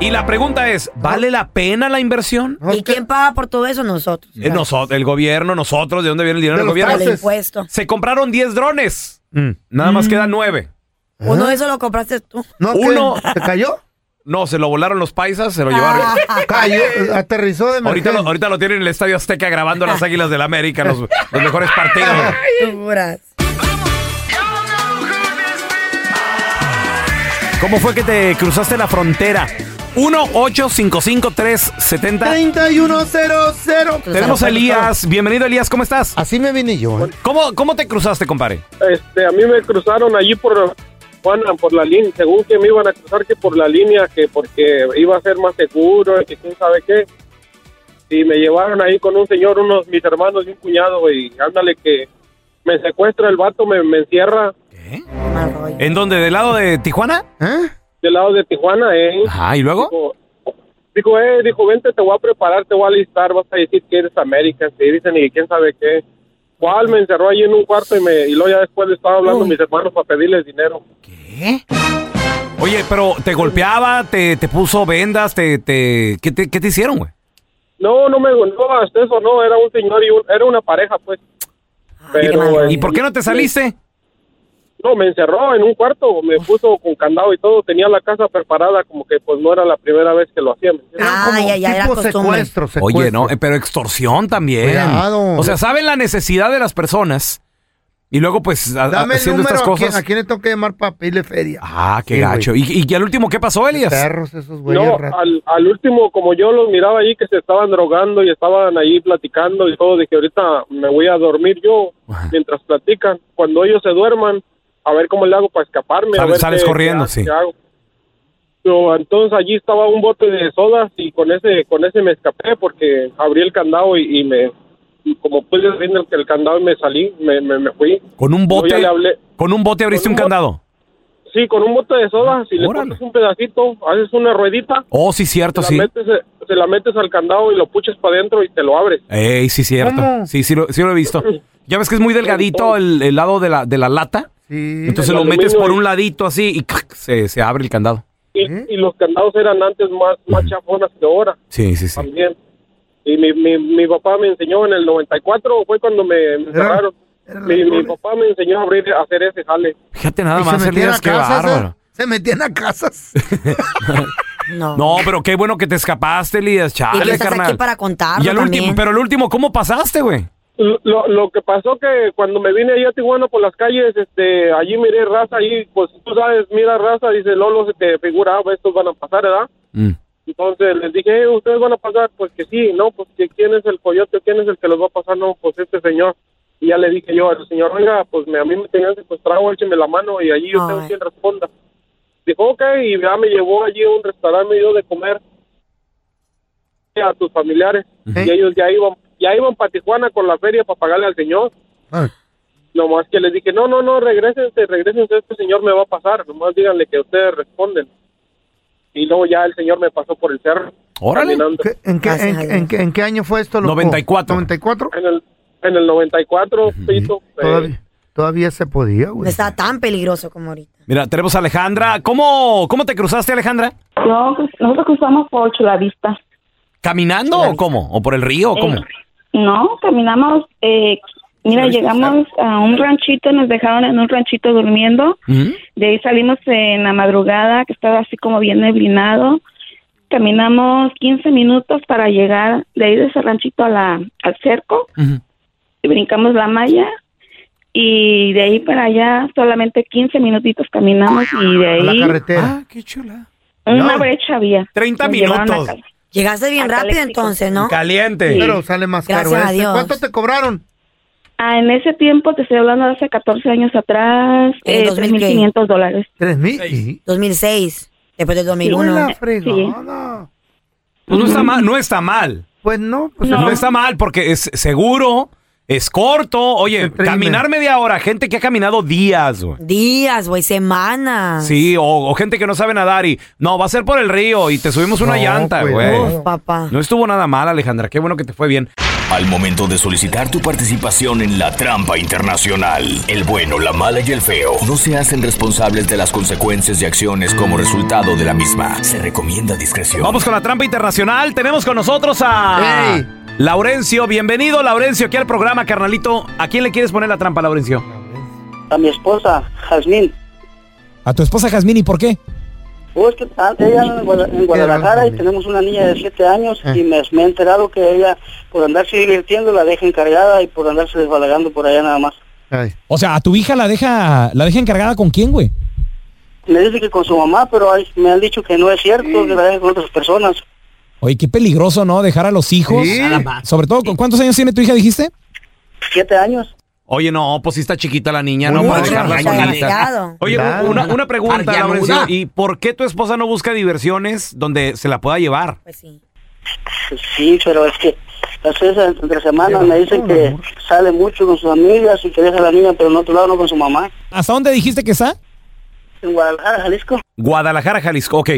Speaker 4: Y la pregunta es, eh, ¿vale la pena la inversión?
Speaker 9: ¿Y quién paga por todo eso? Nosotros.
Speaker 4: Eh, nosotros, el gobierno, nosotros, ¿de dónde viene el dinero
Speaker 9: De
Speaker 4: del
Speaker 9: los
Speaker 4: gobierno?
Speaker 9: taxes. Del impuesto.
Speaker 4: Se compraron 10 drones.
Speaker 6: Mm.
Speaker 4: Nada más quedan 9.
Speaker 9: Uno de esos lo compraste tú.
Speaker 4: Uno.
Speaker 6: ¿Se cayó?
Speaker 4: No, se lo volaron los paisas, se lo llevaron.
Speaker 6: Cayó, aterrizó de
Speaker 4: Ahorita
Speaker 6: emergencia.
Speaker 4: lo, ahorita lo tienen en el Estadio Azteca grabando las Águilas del América, los, los mejores partidos. ¿Cómo fue que te cruzaste la frontera? 1 855
Speaker 6: 3100.
Speaker 4: Tenemos a Elías. Bienvenido, Elías. ¿Cómo estás?
Speaker 6: Así me vine yo. ¿eh?
Speaker 4: ¿Cómo, cómo te cruzaste, compadre?
Speaker 16: Este, a mí me cruzaron allí por Juana, por la línea, según que me iban a cruzar que por la línea, que porque iba a ser más seguro, que quién sabe qué. Y me llevaron ahí con un señor, unos mis hermanos y un cuñado, y ándale que me secuestra el vato, me, me encierra
Speaker 4: ¿En dónde? ¿Del lado de Tijuana?
Speaker 16: del lado de Tijuana, ¿eh?
Speaker 4: Ajá, ¿y luego?
Speaker 16: Dijo, dijo, eh, dijo, vente, te voy a preparar, te voy a alistar, vas a decir que eres América, te dicen y quién sabe qué. ¿Cuál? Me encerró allí en un cuarto y, me, y luego ya después le estaba hablando a mis hermanos para pedirles dinero.
Speaker 4: Oye, pero te golpeaba, te, te puso vendas, te, te, ¿qué, te, ¿qué te hicieron, güey?
Speaker 16: No, no me no, hasta eso no, era un señor y un- era una pareja, pues. Pero,
Speaker 4: ¿Y por qué no te saliste?
Speaker 16: No, me encerró en un cuarto, me puso con candado y todo, tenía la casa preparada, como que pues no era la primera vez que lo hacían.
Speaker 7: Ah, ya, ya, era costumbre.
Speaker 4: Oye, no, eh, pero extorsión también.
Speaker 6: Cuidado.
Speaker 4: O sea, saben la necesidad de las personas y luego pues a- a-
Speaker 6: Dame el
Speaker 4: haciendo
Speaker 6: número
Speaker 4: estas
Speaker 6: a quien,
Speaker 4: cosas.
Speaker 6: a quien le tengo que llamar para pedirle feria.
Speaker 4: Ah, qué
Speaker 6: Sí, güey.
Speaker 4: gacho. ¿Y, y al último qué pasó, Elias?
Speaker 6: Perros esos güeyes.
Speaker 16: No,
Speaker 6: ratas.
Speaker 16: al, al último, como yo los miraba ahí que se estaban drogando y estaban ahí platicando y todo, dije, ahorita me voy a dormir yo mientras platican. Cuando ellos se duerman, a ver cómo le hago para escaparme. a
Speaker 4: Sales-
Speaker 16: ver
Speaker 4: sales corriendo,
Speaker 16: ha-
Speaker 4: sí.
Speaker 16: hago. Pero entonces allí estaba un bote de sodas y con ese con ese me escapé porque abrí el candado y, y me y como pude abrir el, el candado y me salí, me, me, me fui.
Speaker 4: Con un
Speaker 16: Luego ya
Speaker 4: bote,
Speaker 16: le hablé.
Speaker 4: con un bote abriste un candado.
Speaker 16: Sí, con un bote de soda, si le pones un pedacito, haces una ruedita
Speaker 4: Oh, sí, cierto,
Speaker 16: la
Speaker 4: sí.
Speaker 16: metes, se la metes al candado y lo puches para adentro y te lo abres.
Speaker 4: Ey, sí, cierto.
Speaker 16: ¿Cómo?
Speaker 4: Sí, sí lo, sí lo he visto. Ya ves que es muy delgadito el, el lado de la, de la lata. Entonces
Speaker 16: El
Speaker 4: lo metes
Speaker 16: aluminio
Speaker 4: por
Speaker 16: y-
Speaker 4: un ladito así y ¡clac! se, se abre el candado.
Speaker 16: Y, y los candados eran antes más, más chafonas que ahora
Speaker 4: Sí, sí, sí.
Speaker 16: también. Y mi, mi, mi papá me enseñó en el 94, fue cuando me me encerraron. Mi, mi papá me enseñó a abrir, a hacer ese jale.
Speaker 4: Fíjate nada más, Elías, qué bárbaro.
Speaker 6: Se metían a casas.
Speaker 4: No. pero qué bueno que te escapaste, Elías.
Speaker 7: Y tú
Speaker 4: Chale,
Speaker 7: estás
Speaker 4: carnal.
Speaker 7: aquí para contarlo
Speaker 4: y al último,
Speaker 7: también.
Speaker 4: pero el último, ¿cómo pasaste, güey?
Speaker 16: Lo, lo- lo que pasó que cuando me vine allá a Tijuana por las calles, este, allí miré raza, ahí, pues tú sabes, mira raza, dice Lolo, se te figura, ah, estos van a pasar, ¿verdad? Entonces les dije, "Eh, ¿ustedes van a pasar? Pues que sí, no, pues que quién es el coyote, quién es el que los va a pasar, no, pues este señor. Y ya le dije yo al señor, oiga, pues me, a mí me tenían secuestrado, écheme la mano y allí yo tengo quien responda. Dijo, ok, y ya me llevó allí a un restaurante, me dio de comer a tus familiares y ellos ya iban ya iban para Tijuana con la feria para pagarle al señor.
Speaker 6: Ah.
Speaker 16: Nomás que les dije, no, no, no, regresense, regresense, este señor me va a pasar. Nomás díganle que ustedes responden. Y luego ya el señor me pasó por el cerro.
Speaker 4: Órale.
Speaker 16: caminando.
Speaker 6: ¿En
Speaker 9: Ah,
Speaker 6: qué, en, en qué- en qué año fue esto, loco?
Speaker 4: 94.
Speaker 6: 94.
Speaker 16: En el, en el 94, Pito, eh,
Speaker 6: Todavía, todavía se podía, güey.
Speaker 9: No estaba tan peligroso como ahorita.
Speaker 4: Mira, tenemos a Alejandra. ¿Cómo, cómo te cruzaste, Alejandra?
Speaker 17: Yo, nosotros cruzamos por Chulavista.
Speaker 4: ¿Caminando o cómo? ¿O por el río o cómo?
Speaker 17: No, caminamos, eh, mira, llegamos a un ranchito, nos dejaron en un ranchito durmiendo.
Speaker 4: ¿Mm?
Speaker 17: De ahí salimos en la madrugada, que estaba así como bien neblinado. Caminamos 15 minutos para llegar de ahí de ese ranchito a la, al cerco. Y brincamos la malla. Y de ahí para allá solamente 15 minutitos caminamos y de ahí...
Speaker 9: Ah,
Speaker 6: carretera.
Speaker 4: qué chula.
Speaker 17: Una
Speaker 6: No.
Speaker 17: brecha había.
Speaker 4: 30
Speaker 17: Nos llevaron a
Speaker 6: minutos.
Speaker 17: casa.
Speaker 9: Llegaste bien
Speaker 17: Acá
Speaker 9: rápido
Speaker 17: eléctrico.
Speaker 9: entonces, ¿no?
Speaker 4: Caliente.
Speaker 17: Sí.
Speaker 6: Pero sale más
Speaker 9: Gracias
Speaker 6: caro.
Speaker 9: a
Speaker 6: este.
Speaker 9: Dios.
Speaker 6: ¿Cuánto te cobraron?
Speaker 17: Ah, en ese tiempo, te estoy hablando de hace 14 años atrás,
Speaker 9: En
Speaker 17: eh,
Speaker 9: 2000 qué?
Speaker 17: 3.500 dólares.
Speaker 6: ¿Tres mil?
Speaker 9: 2006, después del
Speaker 6: Hola,
Speaker 9: 2001.
Speaker 6: fregada.
Speaker 4: Pues no está mal, no está mal.
Speaker 6: Pues no, pues
Speaker 4: No, está mal porque es seguro, es corto. Oye, caminar media hora, gente que ha caminado días, güey.
Speaker 9: Días, güey, semanas.
Speaker 4: Sí, o, o gente que no sabe nadar y no, va a ser por el río y te subimos una
Speaker 9: No,
Speaker 4: llanta,
Speaker 7: pues
Speaker 9: cuidado.
Speaker 4: güey.
Speaker 9: Uf, papá.
Speaker 4: pues, No estuvo nada mal, Alejandra. Qué bueno que te fue bien.
Speaker 2: Al momento de solicitar tu participación en la trampa internacional, el bueno, la mala y el feo no se hacen responsables de las consecuencias y acciones como resultado de la misma. Se recomienda discreción.
Speaker 4: Vamos con la trampa internacional. Tenemos con nosotros a Laurencio. Bienvenido, Laurencio, aquí al programa, carnalito. ¿A quién le quieres poner la trampa, Laurencio?
Speaker 18: a mi esposa, Jazmín.
Speaker 19: A tu esposa Jazmín, ¿y por qué?
Speaker 18: Pues que ah, ella en, Guada- en Guadalajara y tenemos una niña de 7 años y me, me he enterado que ella por andarse divirtiendo la deja encargada y por andarse desbalagando por allá nada más.
Speaker 19: O sea, a tu hija la deja, la deja encargada con quién, güey.
Speaker 18: Me dice que con su mamá, pero ay, me han dicho que no es cierto, que la deja con otras personas.
Speaker 19: Oye, qué peligroso, ¿no? Dejar a los hijos.
Speaker 18: Sí. Nada más.
Speaker 19: Sobre todo, ¿con cuántos años tiene tu hija, dijiste?
Speaker 18: 7 años.
Speaker 4: Oye, no, pues sí está chiquita la niña,
Speaker 19: Muy
Speaker 4: no para
Speaker 19: mucho,
Speaker 4: dejarla
Speaker 19: está
Speaker 4: solita.
Speaker 19: demasiado.
Speaker 4: Oye,
Speaker 19: Claro.
Speaker 4: una, una pregunta,
Speaker 19: Ardianuda.
Speaker 4: Laurencio. ¿Y por qué tu esposa no busca diversiones donde se la pueda llevar?
Speaker 19: Pues
Speaker 18: Sí, pero es que las veces entre semana me dicen que sale mucho con sus amigas y que deja a la niña, pero en otro lado no con su mamá.
Speaker 19: ¿Hasta dónde dijiste que está?
Speaker 18: En Guadalajara, Jalisco.
Speaker 4: Guadalajara, Jalisco. Ok.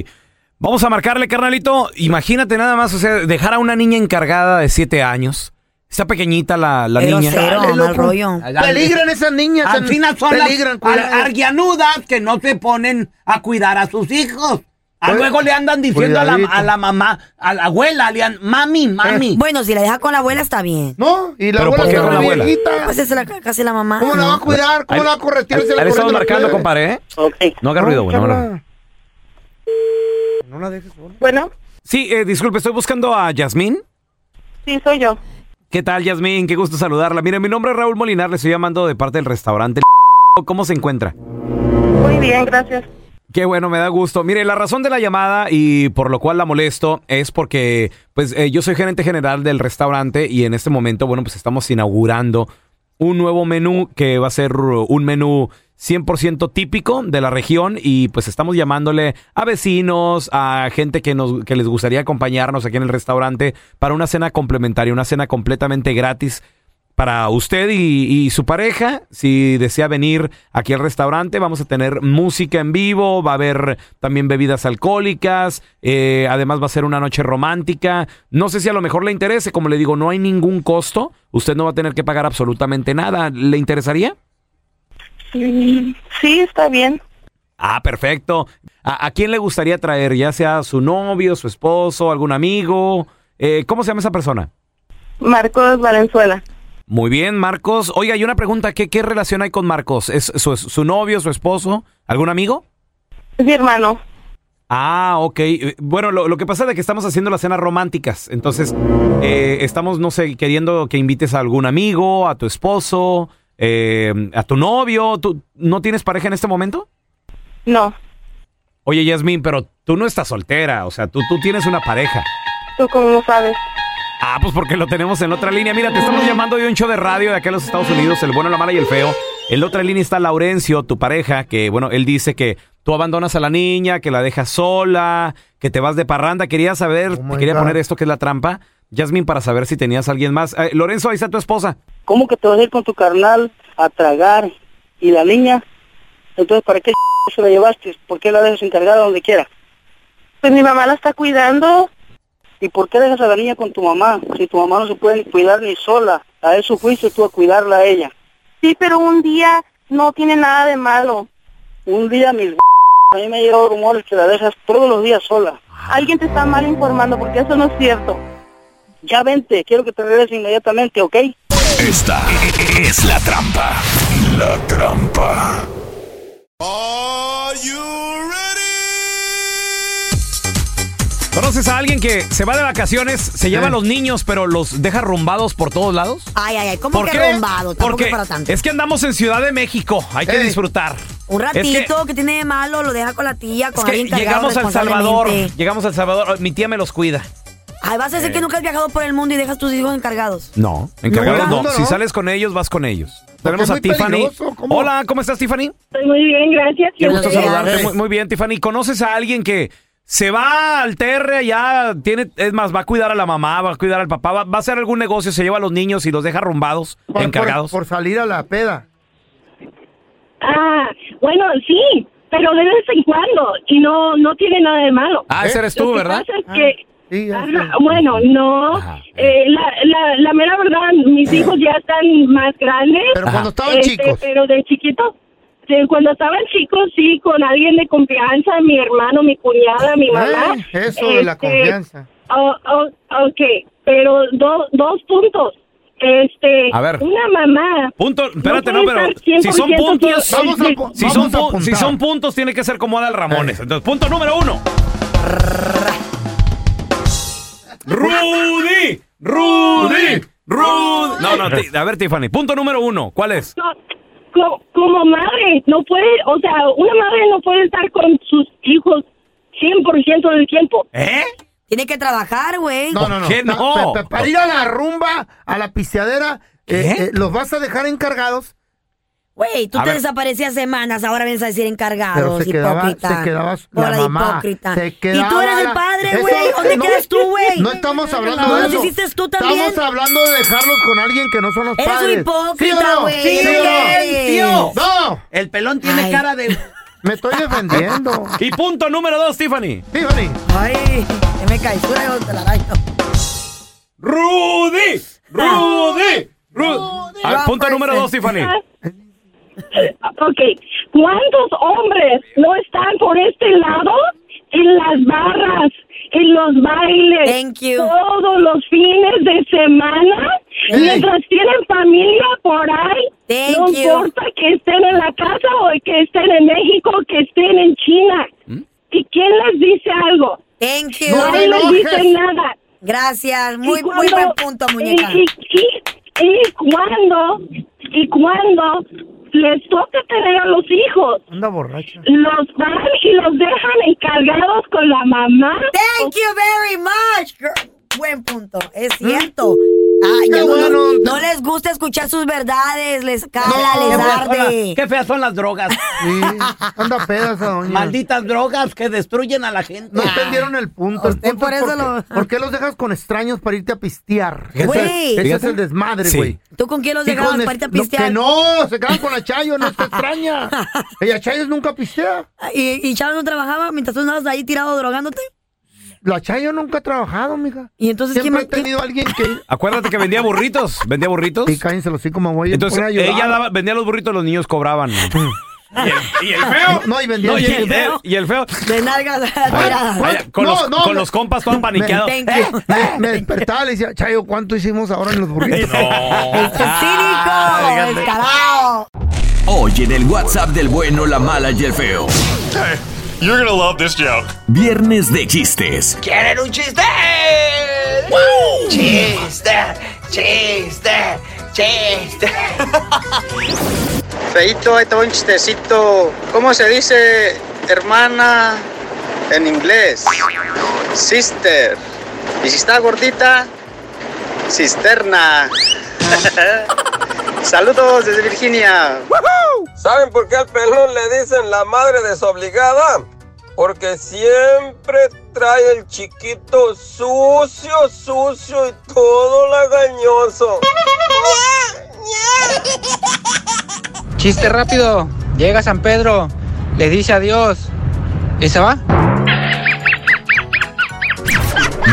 Speaker 4: Vamos a marcarle, carnalito. Imagínate nada más, o sea, dejar a una niña encargada de siete años, Está pequeñita la, la
Speaker 7: Pero
Speaker 4: niña.
Speaker 7: cero,
Speaker 4: Dale,
Speaker 7: mal
Speaker 4: loco.
Speaker 7: rollo.
Speaker 6: Peligran esas niñas,
Speaker 8: Al
Speaker 6: en-
Speaker 8: final son
Speaker 6: peligran,
Speaker 8: las
Speaker 6: cuidado.
Speaker 8: ar- arguianudas que no se ponen a cuidar a sus hijos. A
Speaker 6: Pues,
Speaker 7: Oye,
Speaker 8: luego le andan diciendo a la,
Speaker 7: cuidadito.
Speaker 8: a la mamá, a la abuela, le an- mami, mami.
Speaker 7: Bueno, si la deja con la abuela está bien.
Speaker 6: Eh, No, y
Speaker 4: la Pero abuela ¿por qué está con la muy abuela? viejita.
Speaker 7: Pues es la, casi la mamá.
Speaker 6: ¿Cómo la va a cuidar? ¿Cómo
Speaker 4: Ahí-
Speaker 6: la va a corretear?
Speaker 4: ahí-
Speaker 6: Se la
Speaker 4: ahí le estamos
Speaker 6: corriente
Speaker 4: marcando,
Speaker 6: la plebe.
Speaker 4: compadre, ¿eh? No haga ruido, güey. no haga ruido.
Speaker 6: No la dejes sola.
Speaker 11: Bueno,
Speaker 4: Sí, eh, disculpe, estoy buscando a Yasmín.
Speaker 11: sí, soy yo.
Speaker 4: ¿Qué tal, Yasmín? Qué gusto saludarla. Mire, mi nombre es Raúl Molinar, le estoy llamando de parte del restaurante. El ¿Cómo se encuentra?
Speaker 11: Muy bien, gracias.
Speaker 4: Qué bueno, me da gusto. Mire, la razón de la llamada y por lo cual la molesto es porque, pues, eh, yo soy gerente general del restaurante y en este momento, bueno, pues estamos inaugurando un nuevo menú que va a ser uh, un menú 100% típico de la región y pues estamos llamándole a vecinos, a gente que, nos, que les gustaría acompañarnos aquí en el restaurante para una cena complementaria, una cena completamente gratis para usted y, y su pareja, si desea venir aquí al restaurante, vamos a tener música en vivo, va a haber también bebidas alcohólicas, eh, además va a ser una noche romántica. No sé si a lo mejor le interese, como le digo, no hay ningún costo, usted no va a tener que pagar absolutamente nada. ¿Le interesaría?
Speaker 11: Mm, Sí, está bien.
Speaker 4: Ah, perfecto. ¿A, a quién le gustaría traer? Ya sea su novio, su esposo, algún amigo. Eh, ¿Cómo se llama esa persona?
Speaker 11: Marcos Valenzuela.
Speaker 4: Muy bien, Marcos. Oiga, y una pregunta, ¿qué, qué relación hay con Marcos? ¿Es su, su novio, su esposo, algún amigo?
Speaker 11: Es mi hermano.
Speaker 4: Ah, ok. Eh, Bueno, lo, lo que pasa es que estamos haciendo las cenas románticas. Entonces, eh, estamos, no sé, queriendo que invites a algún amigo, a tu esposo, eh, a tu novio. ¿Tú no tienes pareja en este momento?
Speaker 11: No,
Speaker 4: Oye, Yasmín, pero tú no estás soltera. O sea, tú, tú tienes una pareja.
Speaker 11: tú como sabes.
Speaker 4: Ah, pues porque lo tenemos en la otra línea. Mira, te estamos llamando de un show de radio de acá en los Estados Unidos, el bueno, la mala y el feo. En la otra línea está Laurencio, tu pareja, que bueno, él dice que tú abandonas a la niña, que la dejas sola, que te vas de parranda. Quería saber, te quería
Speaker 11: God.
Speaker 4: poner esto que es la trampa. Yasmin, para saber si tenías a alguien más. Eh, Lorenzo, ahí está tu esposa.
Speaker 18: ¿Cómo que te vas a ir con tu carnal a tragar y la niña? Entonces, ¿para qué se la llevaste? ¿Por qué la dejas encargada donde quiera?
Speaker 11: Pues mi mamá la está cuidando.
Speaker 18: ¿Y por qué dejas a la niña con tu mamá? Si tu mamá no se puede ni cuidar ni sola, a eso fuiste tú a cuidarla a ella.
Speaker 11: Sí, pero un día no tiene nada de malo.
Speaker 18: Un día mis a mí me han llegado rumores que la dejas todos los días sola.
Speaker 11: Alguien te está mal informando porque eso no es cierto.
Speaker 18: Ya vente, quiero que te regreses inmediatamente, ¿ok?
Speaker 2: Esta es la trampa. La trampa.
Speaker 4: ¿Conoces a alguien que se va de vacaciones, se lleva a los niños, pero los deja rumbados por todos lados?
Speaker 7: Ay, ay, ay, ¿cómo que bombado? Tampoco
Speaker 4: Porque
Speaker 7: es para tanto.
Speaker 4: es que andamos en Ciudad de México, hay que disfrutar.
Speaker 7: Un
Speaker 4: Es que-
Speaker 7: ratito, que, tiene de malo? Lo deja con la tía, con
Speaker 4: Es que
Speaker 7: alguien cargado
Speaker 4: llegamos al Salvador,
Speaker 7: responsablemente.
Speaker 4: llegamos al Salvador, mi tía me los cuida.
Speaker 7: Ay, vas a decir
Speaker 4: Eh.
Speaker 7: que nunca has viajado por el mundo y dejas tus hijos encargados.
Speaker 4: No, encargados
Speaker 7: No,
Speaker 4: no.
Speaker 7: no,
Speaker 4: Si
Speaker 7: no.
Speaker 4: sales con ellos, vas con ellos. Tenemos
Speaker 7: es
Speaker 4: a
Speaker 7: muy
Speaker 4: Tiffany.
Speaker 7: peligroso, ¿cómo?
Speaker 4: Hola, ¿cómo estás, Tiffany?
Speaker 11: Estoy muy bien, gracias.
Speaker 4: Qué gusto
Speaker 11: Buenos días.
Speaker 4: saludarte. Muy, muy bien, Tiffany. ¿Conoces a alguien que se va al terre allá? Tiene, es más, va a cuidar a la mamá, va a cuidar al papá, va, va a hacer algún negocio, se lleva a los niños y los deja arrumbados, encargados.
Speaker 6: Por salir a la peda.
Speaker 11: Ah, bueno, sí, pero de vez en cuando y no no tiene nada de malo.
Speaker 4: Ah, ese eres
Speaker 11: Lo
Speaker 4: tú,
Speaker 11: que
Speaker 4: ¿verdad?
Speaker 11: pasa es
Speaker 6: Ah,
Speaker 11: que- Ajá, bueno, no, eh, la, la, la mera verdad, mis hijos ya están más grandes.
Speaker 6: Pero cuando estaban
Speaker 11: este,
Speaker 6: chicos.
Speaker 11: Pero de chiquito, de- cuando estaban chicos, sí, con alguien de confianza, mi hermano, mi cuñada, mi mamá.
Speaker 6: Eh, eso de la
Speaker 11: Este,
Speaker 6: confianza.
Speaker 11: Oh, oh, ok, pero do- dos puntos. Este,
Speaker 4: A ver.
Speaker 11: una mamá.
Speaker 4: Punto, espérate, no,
Speaker 11: puede
Speaker 4: pero
Speaker 11: estar
Speaker 4: si son
Speaker 11: 100%
Speaker 4: puntos,
Speaker 11: que- Vamos a po-
Speaker 4: si,
Speaker 11: vamos
Speaker 4: son,
Speaker 11: a
Speaker 4: pu-
Speaker 11: apuntar.
Speaker 4: si son puntos, tiene que ser como Adal Ramones. Entonces, punto número uno. Rudy, Rudy, Rudy. No, no, ti- a ver, Tiffany, punto número uno, ¿cuál es?
Speaker 11: No, co- como madre, no puede, o sea, una madre no puede estar con sus hijos 100% del tiempo.
Speaker 4: ¿Eh?
Speaker 7: Tiene que trabajar, güey.
Speaker 6: No, no, no. Pa- pa- pa- para ir a la rumba, a la pisteadera, eh, eh, los vas a dejar encargados.
Speaker 7: Güey, tú
Speaker 6: A
Speaker 7: te
Speaker 6: ver.
Speaker 7: desaparecías semanas, ahora vienes a decir encargados,
Speaker 6: Pero se quedaba-
Speaker 7: hipócrita.
Speaker 6: se quedaba la
Speaker 7: Bola de
Speaker 6: mamá,
Speaker 7: hipócrita.
Speaker 6: se
Speaker 7: y tú
Speaker 6: quedaba
Speaker 7: eres el
Speaker 6: la-
Speaker 7: padre,
Speaker 6: Eso-
Speaker 7: güey. ¿Dónde
Speaker 6: no,
Speaker 7: quedas tú, güey?
Speaker 6: No estamos hablando
Speaker 7: No
Speaker 6: de
Speaker 7: los
Speaker 6: eso.
Speaker 7: hiciste tú también.
Speaker 6: Estamos hablando de dejarlos con alguien que no son los
Speaker 7: Eres un
Speaker 6: padres.
Speaker 7: hipócrita,
Speaker 6: ¿Sí o no?
Speaker 7: güey,
Speaker 6: ¿Sí
Speaker 7: ¿sí
Speaker 6: o no?
Speaker 7: eres?
Speaker 6: Tío, ¡No!
Speaker 8: El pelón tiene
Speaker 6: Ay.
Speaker 8: cara de...
Speaker 6: Me estoy defendiendo.
Speaker 4: Y punto número dos, Tiffany.
Speaker 6: Tiffany.
Speaker 7: Ay, que me cae. Tú eres el telaraño.
Speaker 4: Rudy, Rudy. Ah, punto número dos, Tiffany.
Speaker 11: Ok, ¿cuántos hombres no están por este lado en las barras, en los bailes, todos los fines de semana?
Speaker 7: Hey.
Speaker 11: Mientras tienen familia por ahí, no
Speaker 7: you.
Speaker 11: importa que estén en la casa o que estén en México, que estén en China. ¿Y quién les dice algo?
Speaker 7: Thank you.
Speaker 11: No Nadie les dice nada.
Speaker 7: Gracias, muy,
Speaker 11: Y
Speaker 7: muy
Speaker 11: cuando-
Speaker 7: buen punto, muñeca.
Speaker 11: Y, y, y- y cuando, y cuando les toca tener a los hijos,
Speaker 6: Anda borracha.
Speaker 11: los van y los dejan encargados con la mamá.
Speaker 7: Thank you very much. girl. Buen punto, es
Speaker 6: ¿Eh?
Speaker 7: cierto. Ah,
Speaker 6: Qué
Speaker 7: ya no-
Speaker 6: bueno.
Speaker 7: no, no les gusta escuchar sus verdades, les cala, les arde.
Speaker 20: Qué feas son las drogas.
Speaker 6: Anda pedas,
Speaker 20: Malditas drogas que destruyen a la gente.
Speaker 6: No entendieron el punto. El punto
Speaker 20: por
Speaker 6: es
Speaker 20: eso
Speaker 6: por,
Speaker 20: lo-
Speaker 6: qué, por qué los dejas con extraños para irte a pistear?
Speaker 20: Fíjate, Güey.
Speaker 6: Ese es
Speaker 20: fíjate.
Speaker 6: el desmadre,
Speaker 20: Sí.
Speaker 6: güey.
Speaker 7: ¿Tú con quién los
Speaker 6: Y
Speaker 7: dejabas
Speaker 6: con el-
Speaker 7: para irte a
Speaker 6: no,
Speaker 7: pistear?
Speaker 6: que no, se quedan con la Chayo, no te extraña. Ella Chayo nunca pistea.
Speaker 7: ¿Y, y Chava no trabajaba mientras tú andabas ahí tirado drogándote?
Speaker 6: La Chayo nunca ha trabajado, mija.
Speaker 7: ¿Y entonces
Speaker 6: Siempre
Speaker 7: quién-
Speaker 6: he tenido alguien que...
Speaker 4: Acuérdate que vendía burritos. Vendía burritos. Sí,
Speaker 6: cállense los como voy
Speaker 4: a Entonces,
Speaker 6: poner a llorar.
Speaker 4: ella daba- vendía los burritos, los niños cobraban.
Speaker 6: ¿Y el feo? No, y vendía
Speaker 4: No, y,
Speaker 6: el
Speaker 4: el,
Speaker 6: feo.
Speaker 4: y el feo.
Speaker 7: De nalgas tiradas.
Speaker 4: Vaya, con,
Speaker 6: No,
Speaker 4: los,
Speaker 6: no,
Speaker 4: con
Speaker 6: me-
Speaker 4: los compas todo paniqueado.
Speaker 6: Me, me- me despertaba y le decía, Chayo, ¿cuánto hicimos ahora en los burritos? Este,
Speaker 7: ¡Cínico!
Speaker 6: fíjate.
Speaker 7: ¡Descarado!
Speaker 2: Oye, en el WhatsApp del bueno, la mala y el feo.
Speaker 12: You're gonna love this joke.
Speaker 2: Viernes de chistes.
Speaker 12: ¿Quieren un chiste? Chiste, chiste, chiste.
Speaker 8: Feito, ahí te va un chistecito. ¿Cómo se dice hermana en inglés? Sister. Y si está gordita, cisterna. Saludos desde Virginia.
Speaker 21: ¿Saben por qué al pelón le dicen la madre desobligada? Porque siempre trae el chiquito sucio, sucio y todo lagañoso.
Speaker 8: Chiste rápido. Llega San Pedro, les dice adiós y se va.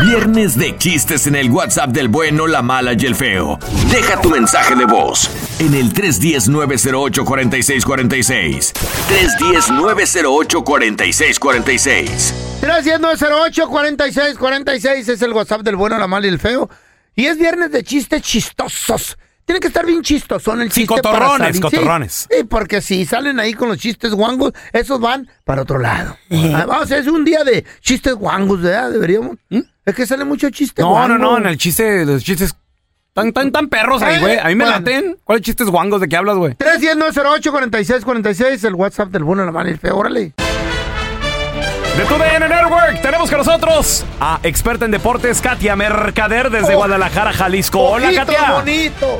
Speaker 2: Viernes de chistes en el WhatsApp del bueno, la mala y el feo. Deja tu mensaje de voz en el 310-908-4646. 310-908-4646.
Speaker 6: 310-908-4646 es el WhatsApp del bueno, la mala y el feo. Y es viernes de chistes chistosos. Tienen que estar bien chistosos el
Speaker 4: Sí,
Speaker 6: chiste para
Speaker 4: cotorrones,
Speaker 6: salir. Sí,
Speaker 4: cotorrones.
Speaker 6: Sí, porque si salen ahí con los chistes guangos, esos van para otro lado. Ah, Vamos, es un día de chistes guangos, ¿verdad? Deberíamos. Es que sale mucho chiste
Speaker 4: ¿Mm? No,
Speaker 6: guango.
Speaker 4: no, no, en el chiste, los chistes tan, tan, tan perros ahí,
Speaker 6: Eh,
Speaker 4: güey. A mí me
Speaker 6: bueno.
Speaker 4: laten. ¿Cuáles chistes guangos de qué hablas, güey?
Speaker 6: 310-908-4646, el WhatsApp del bueno, la mala y el feo. Órale.
Speaker 4: De tu DN Network tenemos con nosotros a experta en deportes, Katia Mercader,
Speaker 6: Oh,
Speaker 4: desde Guadalajara, Jalisco. Hola,
Speaker 6: Ojitos
Speaker 4: Katia.
Speaker 6: bonitos.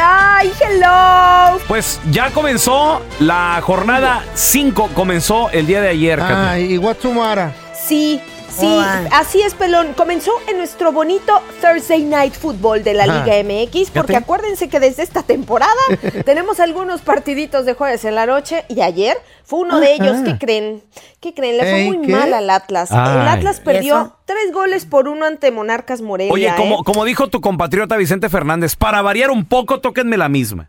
Speaker 22: ¡Ay, hello!
Speaker 4: Pues ya comenzó la jornada 5, comenzó el día de ayer, Katia.
Speaker 6: Ay, y Guatsumara.
Speaker 22: Sí, sí,
Speaker 6: Hola.
Speaker 22: así es, Pelón. Comenzó en nuestro bonito Thursday Night Football de la
Speaker 6: Ajá.
Speaker 22: Liga MX, porque
Speaker 6: Fíjate.
Speaker 22: acuérdense que desde esta temporada tenemos algunos partiditos de jueves en la noche y ayer fue uno de ellos.
Speaker 6: Ajá.
Speaker 22: ¿Qué creen? ¿Qué creen? Le fue
Speaker 6: Ah, Ey,
Speaker 22: muy
Speaker 6: ¿qué?
Speaker 22: mal al Atlas. el
Speaker 4: Ay.
Speaker 22: Atlas
Speaker 4: ¿Y
Speaker 22: perdió
Speaker 4: eso?
Speaker 22: tres goles por uno ante Monarcas Morelia.
Speaker 4: Oye,
Speaker 22: ¿eh?
Speaker 4: como, como dijo tu compatriota Vicente Fernández, para variar un poco, tóquenme la misma.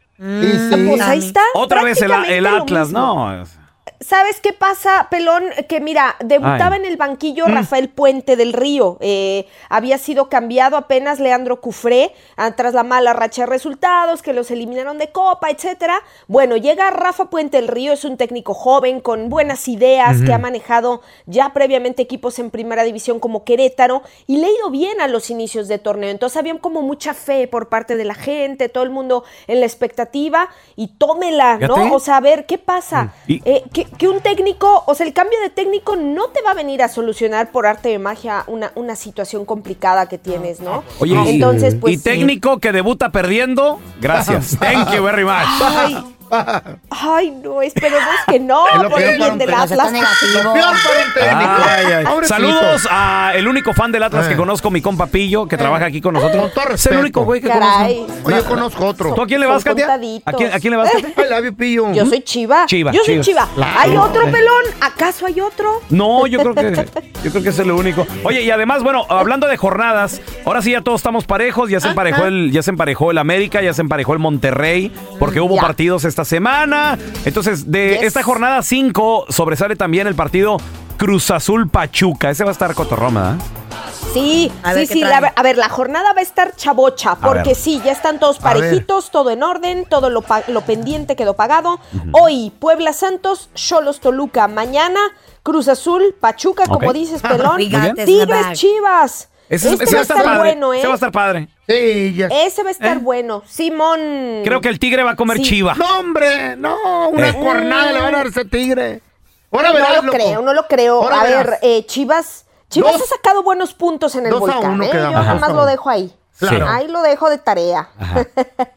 Speaker 22: Pues ahí está.
Speaker 4: Otra vez el,
Speaker 22: prácticamente
Speaker 4: el
Speaker 22: lo
Speaker 4: Atlas,
Speaker 22: mismo.
Speaker 4: ¿no?
Speaker 22: ¿Sabes qué pasa, Pelón? Que mira, debutaba
Speaker 4: Ay.
Speaker 22: en el banquillo Rafael Puente del Río. Eh, había sido cambiado apenas Leandro Cufré ah, tras la mala racha de resultados, que los eliminaron de Copa, etcétera. Bueno, llega Rafa Puente del Río, es un técnico joven con buenas ideas
Speaker 23: Ujú.
Speaker 22: que ha manejado ya previamente equipos en primera división como Querétaro y le ha ido bien a los inicios de torneo. Entonces había como mucha fe por parte de la gente, todo el mundo en la expectativa y tómela,
Speaker 4: Fíjate.
Speaker 22: ¿no? O sea, a ver, ¿qué pasa?
Speaker 4: Y-
Speaker 22: Eh, que, que un técnico, o sea, el cambio de técnico no te va a venir a solucionar por arte de magia una, una situación complicada que tienes, ¿no?
Speaker 4: Ah, Oye, y-
Speaker 22: Ah, entonces, pues.
Speaker 4: y
Speaker 22: sí.
Speaker 4: técnico que debuta perdiendo, gracias. Thank you very much.
Speaker 22: Ay, Ay, no, esperemos que no,
Speaker 4: Es lo
Speaker 22: por
Speaker 4: peor para
Speaker 22: el bien
Speaker 4: un
Speaker 22: del
Speaker 4: técnico, está
Speaker 22: Atlas.
Speaker 4: negativo. Lo peor para un técnico. Ah, Saludos a el único fan del
Speaker 22: Eh.
Speaker 4: Atlas que conozco, mi compa Pillo, que trabaja aquí con nosotros. es el único güey que
Speaker 22: Caray.
Speaker 4: conozco.
Speaker 22: Oye,
Speaker 4: Na-
Speaker 22: yo conozco otro.
Speaker 4: ¿Tú a quién le vas,
Speaker 22: Son
Speaker 4: Katia? ¿A
Speaker 22: contaditos.
Speaker 4: quién, a quién le vas, Katia?
Speaker 22: Yo soy chiva.
Speaker 4: Chiva,
Speaker 22: Yo soy
Speaker 4: Chivas.
Speaker 22: chiva.
Speaker 4: Claro.
Speaker 22: ¿Hay otro
Speaker 4: Eh.
Speaker 22: pelón? ¿Acaso hay otro?
Speaker 4: No, yo creo que yo creo que es el único. Oye, y además, bueno, hablando de jornadas, ahora sí ya todos estamos parejos, ya se emparejó el ya se emparejó el América, ya se emparejó el Monterrey, porque hubo
Speaker 2: Ya.
Speaker 4: partidos esta semana. Entonces, de
Speaker 2: Yes.
Speaker 4: esta jornada 5 sobresale también el partido Cruz Azul Pachuca. Ese va a estar cotorroma, ¿eh?
Speaker 22: Sí,
Speaker 4: A ver
Speaker 22: sí,
Speaker 4: qué
Speaker 22: sí.
Speaker 4: traen.
Speaker 22: la ver- a ver, la jornada va a estar chabocha, porque
Speaker 4: ver.
Speaker 22: sí, ya están todos
Speaker 4: A ver.
Speaker 22: parejitos, todo en orden, todo lo, pa- lo pendiente quedó pagado. Hoy, Puebla Santos, Cholos Toluca, mañana, Cruz Azul, Pachuca, como
Speaker 4: Ok.
Speaker 22: dices, pelón,
Speaker 4: We got this in the bag.
Speaker 22: Tigres, Chivas.
Speaker 4: Ese,
Speaker 22: este
Speaker 4: ese
Speaker 22: va a estar
Speaker 4: padre.
Speaker 22: bueno, ¿eh?
Speaker 4: Ese va a estar padre.
Speaker 22: Ese va a estar bueno. Simón.
Speaker 4: ¿Eh? Creo que el Tigre va a comer
Speaker 22: Sí.
Speaker 4: chiva.
Speaker 22: No,
Speaker 24: hombre, no, una
Speaker 4: Eh.
Speaker 24: cornada le van a dar a ese tigre. Ahora
Speaker 22: no
Speaker 24: verás,
Speaker 22: lo
Speaker 24: loco.
Speaker 22: creo, no lo creo.
Speaker 24: Ahora
Speaker 22: a ver,
Speaker 24: verás.
Speaker 22: eh, Chivas. Chivas
Speaker 24: Dos-
Speaker 22: ha sacado buenos puntos en el
Speaker 24: dos a
Speaker 22: volcán.
Speaker 24: uno
Speaker 22: ¿eh? Yo
Speaker 24: quedamos,
Speaker 22: nada
Speaker 24: dos
Speaker 22: más
Speaker 24: a
Speaker 22: lo
Speaker 24: uno.
Speaker 22: dejo ahí.
Speaker 24: Claro.
Speaker 22: Ahí lo dejo de tarea.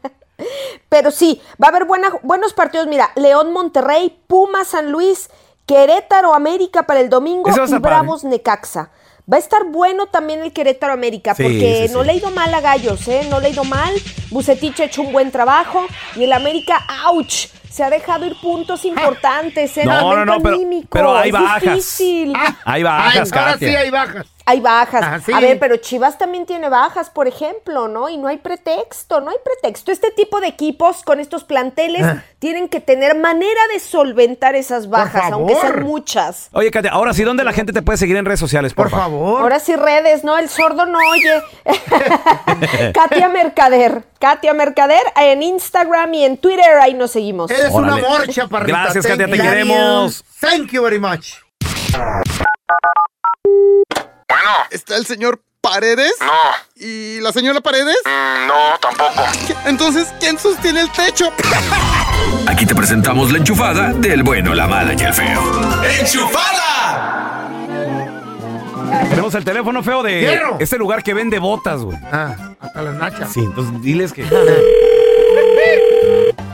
Speaker 22: Pero sí, va a haber buena- buenos partidos. Mira, León Monterrey, Puma San Luis, Querétaro América para el domingo
Speaker 4: Ese va a
Speaker 22: y
Speaker 4: estar padre.
Speaker 22: Bravos Necaxa. Va a estar bueno también el Querétaro América,
Speaker 4: Sí,
Speaker 22: porque
Speaker 4: sí,
Speaker 22: no
Speaker 4: sí.
Speaker 22: le ha ido mal a Gallos, ¿eh? No le ha ido mal. Bucetich ha hecho un buen trabajo y el América, ¡ouch! Se ha dejado ir puntos
Speaker 24: Ah.
Speaker 22: importantes, ¿eh? En
Speaker 4: No,
Speaker 22: el
Speaker 4: no,
Speaker 22: momento
Speaker 4: no, pero-
Speaker 22: anímico,
Speaker 4: pero hay
Speaker 22: es
Speaker 4: bajas.
Speaker 22: difícil.
Speaker 4: Ahí va,
Speaker 24: Ay, Ah, ahora sí hay bajas.
Speaker 22: Hay bajas.
Speaker 24: Ah, sí.
Speaker 22: A ver, pero Chivas también tiene bajas, por ejemplo, ¿no? Y no hay pretexto, no hay pretexto. Este tipo de equipos con estos planteles
Speaker 4: Ah.
Speaker 22: tienen que tener manera de solventar esas bajas, aunque sean
Speaker 4: favor.
Speaker 22: muchas.
Speaker 4: Oye, Katia, ahora sí, ¿dónde la gente te puede seguir en redes sociales, por favor?
Speaker 22: Ahora sí redes, ¿no? El sordo no oye. Katia Mercader. Katia Mercader en Instagram y en Twitter. Ahí nos seguimos.
Speaker 24: Eres un amor, chaparrita.
Speaker 4: Gracias, Katia, te
Speaker 24: Thank you.
Speaker 4: queremos.
Speaker 24: Thank you very much.
Speaker 3: Bueno. ¿Está el señor Paredes? No. ¿Y la señora Paredes? no, tampoco. Entonces, ¿quién sostiene el techo?
Speaker 2: Aquí te presentamos la enchufada del bueno, la mala y el feo.
Speaker 3: ¡Enchufada!
Speaker 4: Tenemos el teléfono feo de
Speaker 24: ¡Fierro!
Speaker 4: este lugar que vende botas, güey.
Speaker 24: Ah, hasta las nachas.
Speaker 4: Sí, entonces diles que,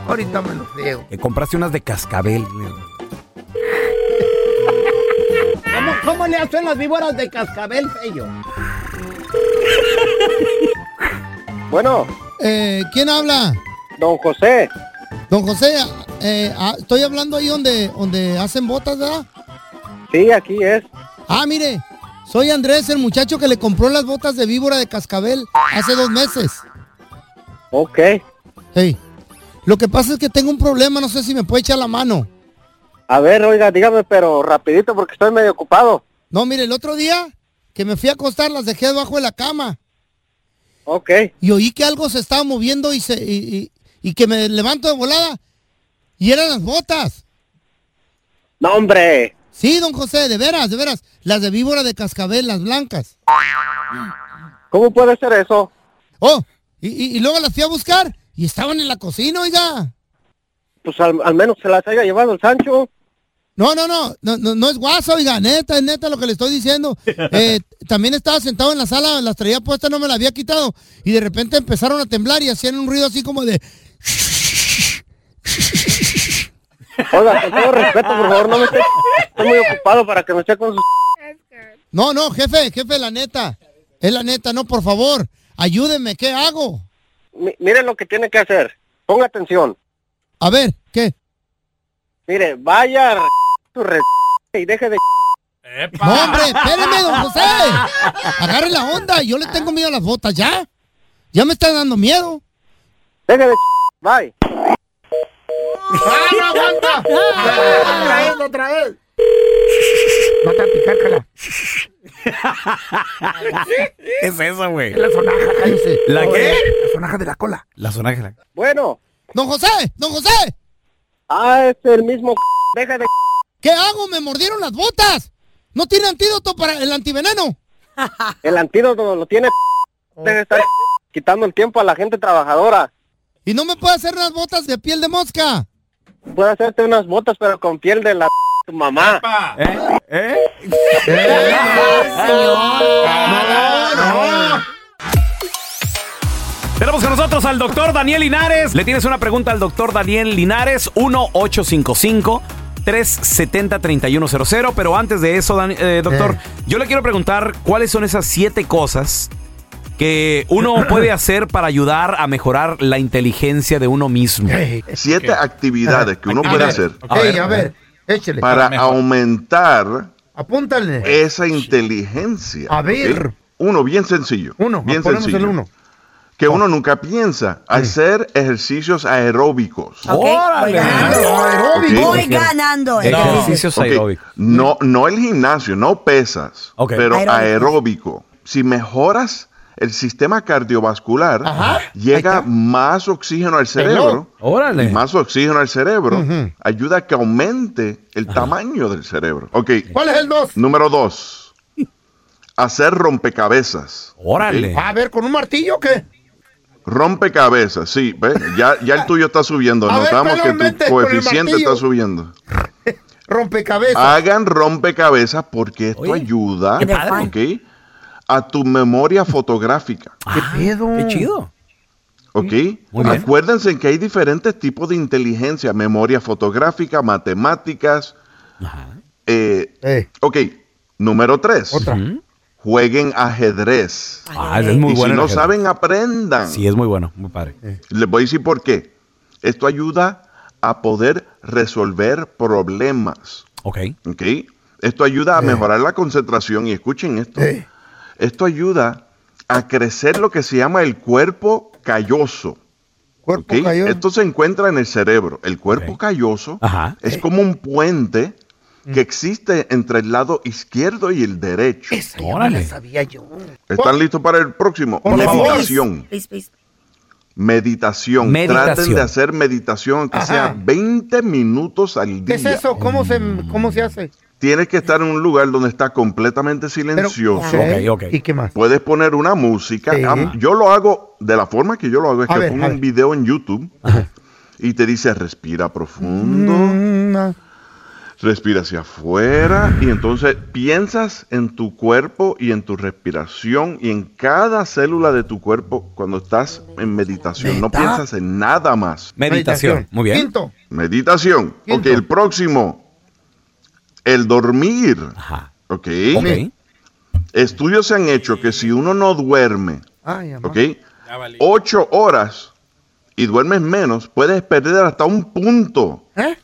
Speaker 24: Ahorita me lo friego.
Speaker 4: que compraste unas de cascabel.
Speaker 6: ¿Cómo, cómo le hacen las víboras de cascabel, fello?
Speaker 5: Bueno.
Speaker 6: Eh, ¿Quién habla?
Speaker 5: Don José.
Speaker 6: Don José, eh, ah, estoy hablando ahí donde, donde hacen botas, ¿verdad?
Speaker 5: Sí, aquí es.
Speaker 6: Ah, mire, soy Andrés, el muchacho que le compró las botas de víbora de cascabel hace dos meses.
Speaker 5: Ok.
Speaker 6: Sí. Lo que pasa es que tengo un problema, no sé si me puede echar la mano.
Speaker 5: A ver, oiga, dígame, pero rapidito porque estoy medio ocupado.
Speaker 6: No, mire, el otro día que me fui a acostar las dejé debajo de la cama.
Speaker 5: Ok.
Speaker 6: Y oí que algo se estaba moviendo y, se, y, y- y que me levanto de volada. Y eran las botas.
Speaker 5: No, hombre.
Speaker 6: Sí, don José, de veras, de veras. Las de víbora de cascabel, las blancas.
Speaker 5: ¿Cómo puede ser eso?
Speaker 6: Oh, y, y- y luego las fui a buscar y estaban en la cocina, oiga.
Speaker 5: Pues al, al menos se las haya llevado el Sancho.
Speaker 6: No, no, no, no, no, no es guaso, oiga, neta, es neta lo que le estoy diciendo. Eh, también estaba sentado en la sala, las traía puestas, no me las había quitado. Y de repente empezaron a temblar y hacían un ruido así como de...
Speaker 5: Oiga, con todo respeto, por favor, no me esté... Estoy muy ocupado para que me esté con sus...
Speaker 6: No, no, jefe, jefe, la neta. Es la neta, no, por favor. Ayúdeme, ¿qué hago?
Speaker 5: Mi- mire lo que tiene que hacer. Ponga atención.
Speaker 6: A ver, ¿qué?
Speaker 5: Mire, vaya a re- tu re... y deje de...
Speaker 6: No, hombre, espéreme, don José. Agarre la onda, yo le tengo miedo a las botas, ¿ya? Ya me está dando miedo.
Speaker 5: Deje de... Bye.
Speaker 24: Ah, ¡No aguanta! ¡Otra vez, otra vez! No te va a picar, cala.
Speaker 4: ¿Qué es eso, güey?
Speaker 24: La sonaja, cállense.
Speaker 4: ¿La qué?
Speaker 24: La sonaja de la cola.
Speaker 4: La sonaja.
Speaker 5: Bueno.
Speaker 6: Don José, don José.
Speaker 5: Ah, es el mismo... Deja de...
Speaker 6: ¿Qué hago? Me mordieron las botas. No tiene antídoto para el antiveneno.
Speaker 5: El antídoto lo tiene...
Speaker 6: Oh.
Speaker 5: Deje de estar quitando el tiempo a la gente trabajadora.
Speaker 6: Y no me puede hacer unas botas de piel de mosca.
Speaker 5: Puedo hacerte unas botas, pero con piel de la tu mamá.
Speaker 4: ¿Eh? ¿Eh?
Speaker 5: No,
Speaker 9: ¿Eh?
Speaker 4: Tenemos con nosotros a al doctor Daniel Linares. Le tienes una pregunta al doctor Daniel Linares, 1-855-370-3100. Pero antes de eso, Dan- eh, doctor, yo le quiero preguntar cuáles son esas siete cosas que uno puede hacer para ayudar a mejorar la inteligencia de uno mismo.
Speaker 24: Eh,
Speaker 25: Siete actividades que uno
Speaker 4: A
Speaker 25: puede
Speaker 4: ver,
Speaker 25: hacer
Speaker 4: ok, a ver,
Speaker 24: a ver, échale.
Speaker 25: para
Speaker 24: Mejor.
Speaker 25: aumentar
Speaker 24: Apúntale.
Speaker 25: esa inteligencia.
Speaker 24: A ver.
Speaker 25: ¿ok? Uno bien sencillo. Uno, bien
Speaker 24: ponemos
Speaker 25: sencillo.
Speaker 24: el uno. Mm.
Speaker 25: Que uno nunca piensa hacer ejercicios aeróbicos.
Speaker 7: Ok, voy ganando.
Speaker 25: aeróbico.
Speaker 7: Voy ganando.
Speaker 4: Ejercicios
Speaker 25: Ok,
Speaker 4: aeróbicos.
Speaker 25: No, no el gimnasio, no pesas,
Speaker 4: Ok.
Speaker 25: pero
Speaker 4: Aeróbico.
Speaker 25: aeróbico. Si mejoras el sistema cardiovascular, llega más oxígeno al cerebro.
Speaker 4: Órale.
Speaker 25: Y más oxígeno al cerebro ayuda a que aumente el tamaño del cerebro. Ok.
Speaker 24: ¿Cuál es el dos?
Speaker 25: Número dos. Hacer rompecabezas.
Speaker 4: Órale.
Speaker 24: A ver, ¿con un martillo o qué?
Speaker 25: Rompecabezas, sí, ¿ves? Ya, ya el tuyo está subiendo.
Speaker 24: A ver,
Speaker 25: Notamos
Speaker 24: pelón,
Speaker 25: que
Speaker 24: vente
Speaker 25: tu
Speaker 24: con el
Speaker 25: coeficiente
Speaker 24: martillo.
Speaker 25: está subiendo.
Speaker 24: Rompecabezas.
Speaker 25: Hagan rompecabezas porque esto ayuda
Speaker 24: qué padre.
Speaker 25: ¿ok? a tu memoria fotográfica.
Speaker 4: Ah,
Speaker 24: ¿Qué pedo? Qué chido.
Speaker 25: ¿Ok? Acuérdense que hay diferentes tipos de inteligencia: memoria fotográfica, matemáticas. eh, Ok, número tres. Jueguen ajedrez.
Speaker 4: Ah, ese es muy bueno
Speaker 25: y Si
Speaker 4: el
Speaker 25: no
Speaker 4: ajedrez.
Speaker 25: saben, aprendan.
Speaker 4: Sí, es muy bueno, muy padre.
Speaker 24: Eh.
Speaker 25: Les voy a decir por qué. Esto ayuda a poder resolver problemas.
Speaker 4: Ok.
Speaker 25: ¿ok? Esto ayuda a
Speaker 24: Eh.
Speaker 25: mejorar la concentración y escuchen esto. Esto ayuda a crecer lo que se llama el cuerpo calloso.
Speaker 24: Cuerpo
Speaker 25: ¿ok?
Speaker 24: calloso.
Speaker 25: Esto se encuentra en el cerebro. El cuerpo calloso
Speaker 24: Eh.
Speaker 25: es como un puente
Speaker 24: Mm.
Speaker 25: que existe entre el lado izquierdo y el derecho.
Speaker 24: Órale. Sabía yo.
Speaker 25: ¿Están listos para el próximo?
Speaker 24: Por favor.
Speaker 25: Meditación.
Speaker 9: Please, please.
Speaker 25: Meditación. Traten
Speaker 24: Meditación.
Speaker 25: de hacer meditación, aunque
Speaker 24: Ajá.
Speaker 25: sea 20 minutos al día.
Speaker 24: ¿Qué es eso? ¿Cómo se, cómo se hace?
Speaker 25: Tienes que estar en un lugar donde está completamente silencioso.
Speaker 24: Ok, ok. ¿Y qué más?
Speaker 25: Puedes poner una música.
Speaker 24: Sí.
Speaker 25: Am- Yo lo hago de la forma que yo lo hago, es
Speaker 24: A
Speaker 25: que
Speaker 24: ver,
Speaker 25: pongo
Speaker 24: a
Speaker 25: un
Speaker 24: ver.
Speaker 25: video en YouTube y te dice respira profundo,
Speaker 24: Mm, ah.
Speaker 25: respira hacia afuera y entonces piensas en tu cuerpo y en tu respiración y en cada célula de tu cuerpo cuando estás en meditación. No
Speaker 24: ¿Neta?
Speaker 25: piensas en nada más.
Speaker 4: Meditación. Muy bien.
Speaker 24: Quinto.
Speaker 25: Meditación.
Speaker 24: Quinto.
Speaker 25: Ok, el próximo. El dormir. Ok. Estudios se han hecho que si uno no duerme,
Speaker 24: Ay, amor.
Speaker 25: ok, ocho horas y duermes menos, puedes perder hasta un punto.
Speaker 24: ¿Eh?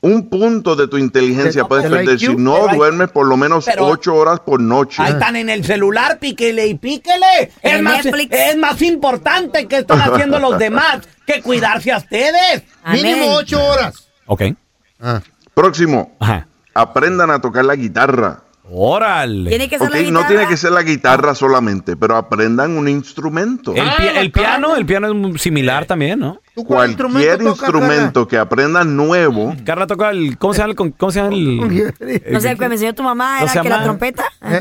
Speaker 25: Un punto de tu inteligencia
Speaker 8: Del-
Speaker 25: puedes
Speaker 8: del
Speaker 25: perder
Speaker 8: IQ,
Speaker 25: si no
Speaker 8: del IQ.
Speaker 25: duermes por lo menos
Speaker 8: Pero-
Speaker 25: ocho horas por noche.
Speaker 8: Ahí están en el celular, píquele y píquele. Es
Speaker 9: En
Speaker 8: más,
Speaker 9: Netflix.
Speaker 8: es más importante que están haciendo los demás que cuidarse a ustedes.
Speaker 25: Mínimo ocho
Speaker 24: horas.
Speaker 25: Ok. Próximo. Aprendan a tocar la guitarra.
Speaker 4: Órale.
Speaker 25: ¿Tiene
Speaker 4: que ser la
Speaker 25: No
Speaker 4: guitarra?
Speaker 25: tiene que ser la guitarra solamente, pero aprendan un instrumento.
Speaker 24: Ah,
Speaker 25: Eh,
Speaker 4: El, pi- el piano, el piano es muy similar también, ¿no?
Speaker 25: Cualquier instrumento, que aprendan nuevo.
Speaker 4: Mm. Carla toca el. ¿Cómo se llama el.? con- ¿Cómo se llama el.?
Speaker 25: Eh,
Speaker 7: No sé, que me enseñó tu mamá
Speaker 4: No
Speaker 7: era
Speaker 4: se
Speaker 7: que la
Speaker 4: llama-
Speaker 7: trompeta.
Speaker 4: Sí.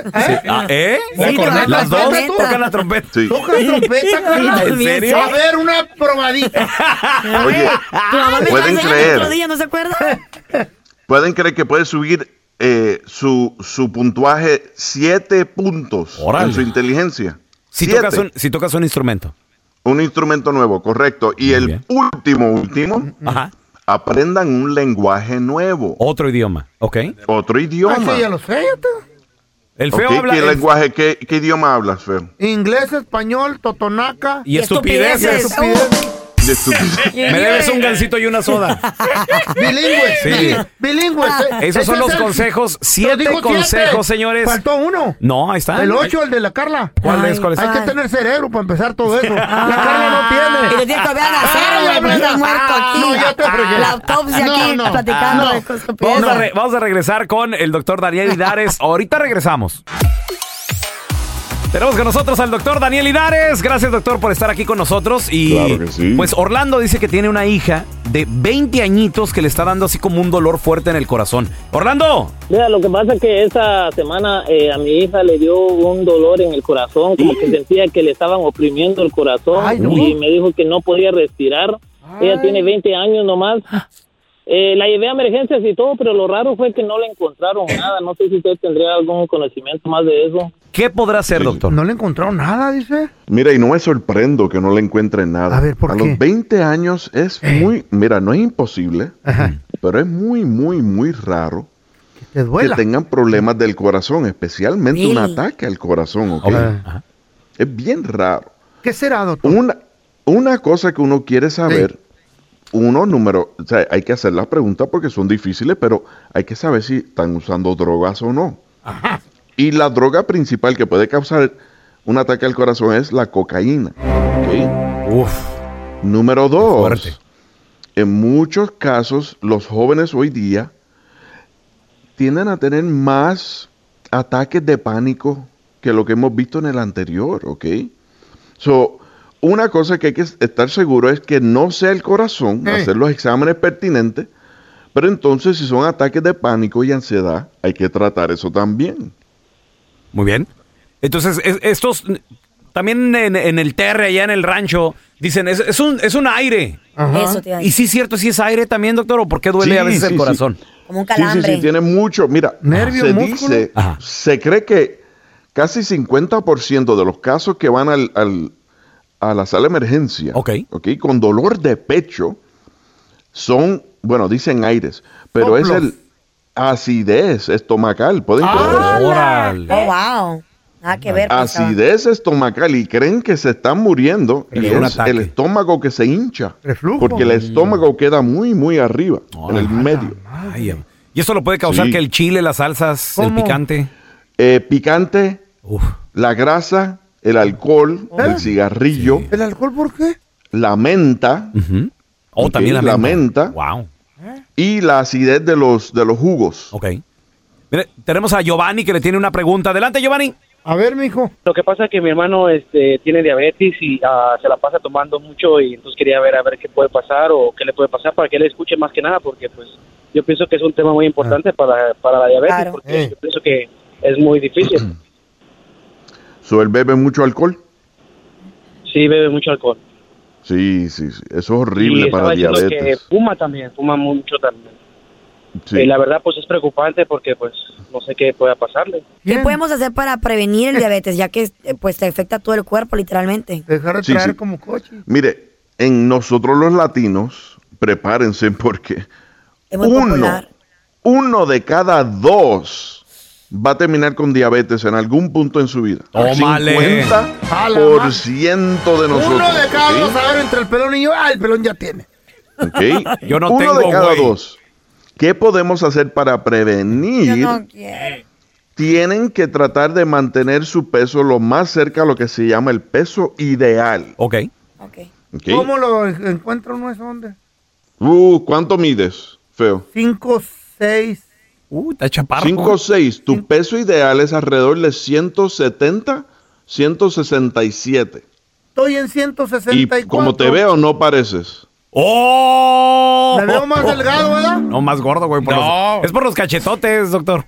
Speaker 4: Ah, ¿Eh?
Speaker 7: La Sí,
Speaker 4: Las
Speaker 7: corneta. la
Speaker 4: dos
Speaker 7: trompeta.
Speaker 4: tocan la trompeta.
Speaker 24: Toca trompeta, Carla.
Speaker 4: ¿En serio?
Speaker 24: A ver, una probadita.
Speaker 25: Oye,
Speaker 7: Tu mamá me estaba
Speaker 25: pueden
Speaker 7: enseñando el otro
Speaker 25: creer,
Speaker 7: día, ¿no se acuerda?
Speaker 25: pueden creer que puede subir eh, su, su puntuaje siete puntos
Speaker 4: Órale.
Speaker 25: en su inteligencia.
Speaker 4: Si
Speaker 25: Siete.
Speaker 4: tocas, un, si tocas un instrumento.
Speaker 25: Un instrumento nuevo, correcto. Y el último, último, aprendan un lenguaje nuevo.
Speaker 4: Otro idioma, ¿ok?
Speaker 25: Otro idioma.
Speaker 24: Ay, sí, ya lo sé. ya está.
Speaker 4: El
Speaker 25: Ok,
Speaker 4: feo habla.
Speaker 25: ¿Qué
Speaker 4: el-
Speaker 25: lenguaje, qué, qué idioma hablas, feo?
Speaker 24: Inglés, español, totonaca.
Speaker 25: Y estupideces.
Speaker 24: Estupideces.
Speaker 25: De estúpido.
Speaker 4: Me debes un gansito y una soda.
Speaker 7: Oh.
Speaker 24: Bilingües.
Speaker 4: Sí.
Speaker 24: bi- Bilingües. eh.
Speaker 4: Esos son
Speaker 24: Ese
Speaker 4: los
Speaker 24: es el-
Speaker 4: consejos.
Speaker 24: Pero
Speaker 4: Siete
Speaker 24: dijo
Speaker 4: consejos, señores.
Speaker 24: Faltó uno.
Speaker 4: No, ahí está.
Speaker 24: El ocho, el de la Carla.
Speaker 4: ¿Cuál es? ¿Cuál es?
Speaker 24: Hay que
Speaker 4: Ay.
Speaker 24: tener cerebro para empezar todo eso. La
Speaker 7: Ah.
Speaker 9: Ah,
Speaker 24: Carla no tiene.
Speaker 7: Y le tienes que ver a nacer,
Speaker 24: Ay,
Speaker 7: güey, pues
Speaker 24: Brenda.
Speaker 7: estás muerto aquí.
Speaker 24: No, ya te fregué.
Speaker 7: La
Speaker 4: Ah,
Speaker 7: autopsia
Speaker 24: No,
Speaker 7: aquí,
Speaker 24: no.
Speaker 7: platicando
Speaker 24: Ah,
Speaker 7: de
Speaker 24: no.
Speaker 7: cosas.
Speaker 4: Vamos, a
Speaker 7: estúpidas.
Speaker 4: re- vamos a regresar con el doctor Daniel Hidares. Ahorita regresamos. Tenemos con nosotros al doctor Daniel Hidares. Gracias, doctor, por estar aquí con nosotros. Y
Speaker 26: Claro que sí.
Speaker 4: pues Orlando dice que tiene una hija de 20 añitos que le está dando así como un dolor fuerte en el corazón. Orlando,
Speaker 26: Mira, lo que pasa es que esta semana eh, a mi hija le dio un dolor en el corazón, como que sentía que le estaban oprimiendo el corazón
Speaker 11: Ay, no.
Speaker 26: y me dijo que no podía respirar. Ella tiene 20 años nomás. Eh, la llevé a emergencias y todo, pero lo raro fue que no le encontraron nada. No sé si usted tendría algún conocimiento más de eso.
Speaker 4: ¿Qué podrá hacer, doctor?
Speaker 24: No le encontraron nada, dice.
Speaker 25: Mira, y no me sorprendo que no le encuentren nada.
Speaker 24: A ver, ¿por qué? Eh.
Speaker 25: los 20 años es muy, mira, no es imposible, pero es muy, muy, muy raro
Speaker 24: te duela.
Speaker 25: que tengan problemas del corazón, especialmente un
Speaker 24: Sí.
Speaker 25: ataque al corazón, ¿ok?
Speaker 24: Ajá.
Speaker 25: Es bien raro.
Speaker 24: ¿Qué será, doctor?
Speaker 25: Una, una cosa que uno quiere saber, uno, número, o sea, hay que hacer las preguntas porque son difíciles, pero hay que saber si están usando drogas o no. Y la droga principal que puede causar un ataque al corazón es la cocaína. ¿ok? Número dos, en muchos casos los jóvenes hoy día tienden a tener más ataques de pánico que lo que hemos visto en el anterior, ¿ok? So, una cosa que hay que estar seguro es que no sea el corazón, hacer los exámenes pertinentes, pero entonces si son ataques de pánico y ansiedad, hay que tratar eso también.
Speaker 4: Muy bien. Entonces, es- estos n- también en, en el terre, allá en el rancho, dicen, es, es un, es un aire.
Speaker 25: Ajá. Eso te iba a decir.
Speaker 4: Y sí, es cierto, sí es aire también, doctor, o por qué duele
Speaker 25: Sí,
Speaker 4: a veces
Speaker 25: sí,
Speaker 4: el
Speaker 25: sí.
Speaker 4: corazón.
Speaker 9: Como un
Speaker 25: Sí, sí,
Speaker 9: calambre.
Speaker 25: sí, tiene mucho. Mira,
Speaker 4: Nervio,
Speaker 25: se
Speaker 4: músculo.
Speaker 25: dice,
Speaker 4: Ajá.
Speaker 25: se cree que casi 50% de los casos que van al, al- a la sala de emergencia ok, con dolor de pecho son, bueno, dicen aires, pero es
Speaker 9: Soplos.
Speaker 25: el acidez estomacal. Pueden
Speaker 4: Ah,
Speaker 25: tener
Speaker 9: Oh, wow. Nada que
Speaker 25: Ah.
Speaker 9: ver. pensaba.
Speaker 25: acidez estomacal y creen que se están muriendo y
Speaker 4: es un
Speaker 25: es el estómago que se hincha. Porque el
Speaker 4: Mm.
Speaker 25: estómago queda muy, muy arriba, en el medio.
Speaker 4: Ay, am- y eso lo puede causar
Speaker 25: Sí.
Speaker 4: que el chile, las salsas, el
Speaker 25: ¿Cómo?
Speaker 4: picante.
Speaker 25: Eh, picante, la grasa, el alcohol, el cigarrillo.
Speaker 24: ¿Eh? ¿El alcohol por qué?
Speaker 25: La menta.
Speaker 4: Oh,
Speaker 25: ok,
Speaker 4: también la menta.
Speaker 25: Wow.
Speaker 24: ¿Eh?
Speaker 25: Y la acidez de los, de los jugos.
Speaker 4: Ok. Mire, tenemos a Giovanni que le tiene una pregunta. Adelante, Giovanni.
Speaker 24: A ver, mijo.
Speaker 11: Lo que pasa es que mi hermano este, tiene diabetes y ah, se la pasa tomando mucho y entonces quería ver a ver qué puede pasar o qué le puede pasar para que él escuche más que nada porque pues yo pienso que es un tema muy importante
Speaker 6: Ah.
Speaker 11: para, para la diabetes
Speaker 6: Eh.
Speaker 11: porque yo pienso que es muy difícil.
Speaker 25: So, ¿Él bebe mucho alcohol?
Speaker 11: Sí, bebe mucho alcohol.
Speaker 25: Sí, sí, sí. Eso es
Speaker 11: y
Speaker 25: horrible
Speaker 11: estaba
Speaker 25: para
Speaker 11: diciendo
Speaker 25: diabetes.
Speaker 11: que fuma también, fuma mucho también.
Speaker 25: Sí.
Speaker 11: Y la verdad pues es preocupante porque pues no sé qué pueda pasarle.
Speaker 9: ¿Qué podemos hacer para prevenir el diabetes? Ya que eh, pues te afecta todo el cuerpo, literalmente.
Speaker 24: Dejar
Speaker 25: de Sí, tragar sí.
Speaker 24: como coche.
Speaker 25: Mire, en nosotros los latinos, prepárense porque
Speaker 9: Es muy
Speaker 25: uno,
Speaker 9: popular.
Speaker 25: uno de cada dos va a terminar con diabetes en algún punto en su vida.
Speaker 4: Tómale.
Speaker 25: 50% de nosotros.
Speaker 24: Uno de cada
Speaker 25: ¿ok?
Speaker 24: dos, a ver, entre el pelón y yo. Ah, el pelón ya tiene.
Speaker 25: ¿ok?
Speaker 24: Yo no
Speaker 25: Uno de
Speaker 24: tengo,
Speaker 25: cada
Speaker 24: güey.
Speaker 25: dos. ¿Qué podemos hacer para prevenir?
Speaker 9: quiero.
Speaker 25: Tienen que tratar de mantener su peso lo más cerca a lo que se llama el peso ideal.
Speaker 4: Ok.
Speaker 25: ¿Ok?
Speaker 24: ¿Cómo lo en- encuentra uno eso? ¿Dónde?
Speaker 25: Uh, ¿Cuánto mides, feo?
Speaker 24: Cinco, seis.
Speaker 4: Uh, está chaparro.
Speaker 25: 5 6. Tu peso ideal es alrededor de 170, 167.
Speaker 24: Estoy en
Speaker 25: Y
Speaker 24: 164.
Speaker 25: como te veo, no pareces.
Speaker 4: ¡Oh!
Speaker 24: Me veo más delgado, ¿verdad?
Speaker 4: No, más gordo, güey. por los- es por los cachetotes, doctor.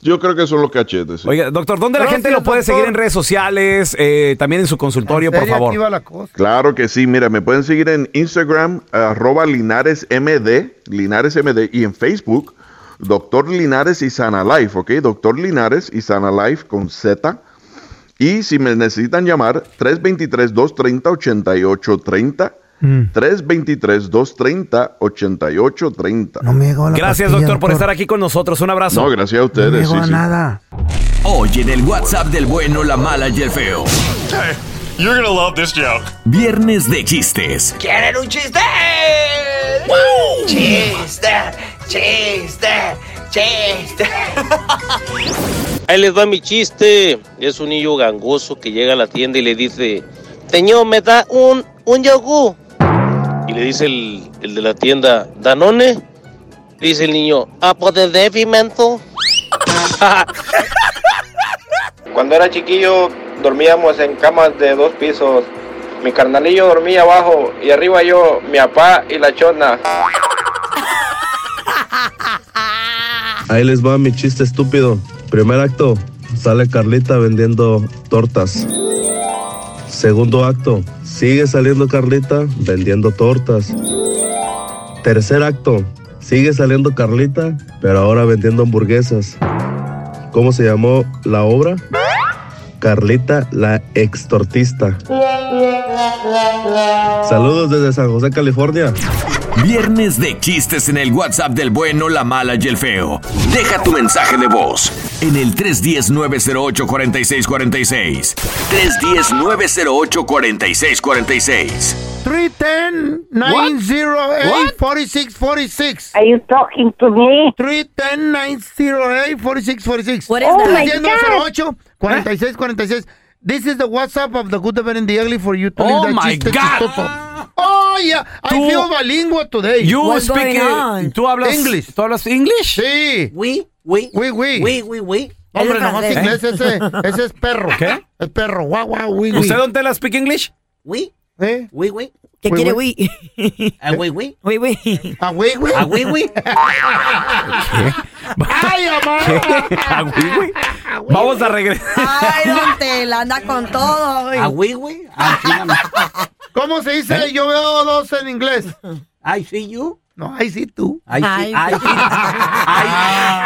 Speaker 25: Yo creo que son los cachetes. sí.
Speaker 4: Oiga, doctor, ¿dónde la
Speaker 24: Gracias,
Speaker 4: gente lo puede
Speaker 24: doctor.
Speaker 4: seguir en redes sociales? eh, también en su consultorio, por
Speaker 25: serio,
Speaker 4: favor.
Speaker 25: aquí va Claro que sí, mira, me pueden seguir en Instagram, arroba LinaresMD, LinaresMD, y en Facebook, Doctor Linares y Sana Life, ¿ok? Doctor Linares y Sana Life con Z. Y si me necesitan llamar, 323-230-8830.
Speaker 4: Mm.
Speaker 25: 323-230-8830.
Speaker 24: No me llegó
Speaker 4: Gracias, doctor, por estar aquí con nosotros. Un abrazo.
Speaker 25: No, gracias a ustedes. sí, sí.
Speaker 24: nada.
Speaker 2: Hoy en el WhatsApp del bueno, la mala y el feo.
Speaker 12: Hey, you're gonna love this joke.
Speaker 2: Viernes de chistes.
Speaker 12: ¿Quieren un chiste? Chiste, chiste, chiste.
Speaker 13: Ahí les va mi chiste. Es un niño gangoso que llega a la tienda y le dice, Señor, me da un, un yogur. Y le dice el, el de la tienda, Danone. Dice el niño, ah, pues de Devimento.
Speaker 14: Cuando era chiquillo dormíamos en camas de dos pisos. Mi carnalillo dormía abajo y arriba yo, mi papá y la chona.
Speaker 15: Ahí les va mi chiste estúpido. Primer acto, sale Carlita vendiendo tortas. Segundo acto, sigue saliendo Carlita vendiendo tortas. Tercer acto, sigue saliendo Carlita, pero ahora vendiendo hamburguesas. ¿Cómo se llamó la obra? Carlita la extortista. Saludos desde San José, California.
Speaker 2: Viernes de chistes en el WhatsApp del bueno, la mala y el feo. Deja tu mensaje de voz en el 310-908-4646. 310-908-4646.
Speaker 6: 310-908-4646.
Speaker 27: Are you talking to me?
Speaker 6: 310-908-4646.
Speaker 27: What is Oh, that? my God.
Speaker 6: 4646 This is the WhatsApp of the good, the bad, and the ugly for you to
Speaker 4: Oh,
Speaker 6: leave that
Speaker 4: my
Speaker 6: chiste
Speaker 4: God.
Speaker 6: chistoso. Oh, yeah. I
Speaker 4: Tú-
Speaker 6: feel bilingual today.
Speaker 4: You speak, eh, ¿Tú hablas
Speaker 6: English?
Speaker 4: ¿Tú hablas English?
Speaker 6: Sí.
Speaker 8: Oui, oui.
Speaker 6: Oui, oui.
Speaker 8: Oui, oui, oui.
Speaker 6: Hombre,
Speaker 8: Es
Speaker 6: nomás
Speaker 8: francés.
Speaker 6: inglés ese. Ese es perro.
Speaker 4: ¿Qué?
Speaker 6: Es perro. Guau, guau, oui, oui.
Speaker 4: ¿Usted don Tela speak English?
Speaker 8: Oui.
Speaker 6: ¿Eh?
Speaker 8: Oui, oui.
Speaker 6: Oui,
Speaker 8: oui? Ah, oui, oui.
Speaker 7: Oui, oui.
Speaker 6: Ah, oui, oui.
Speaker 8: Ah, oui, oui.
Speaker 6: ¡Ay, amor!
Speaker 4: Ah, güey, güey. Vamos a regresar.
Speaker 7: Ay, don Tela, anda con todo. güey.
Speaker 8: güey.
Speaker 6: ¿Cómo se dice? Yo veo dos en inglés.
Speaker 8: ¿Eh? I see you.
Speaker 6: No, I see tú.
Speaker 8: I see, I see,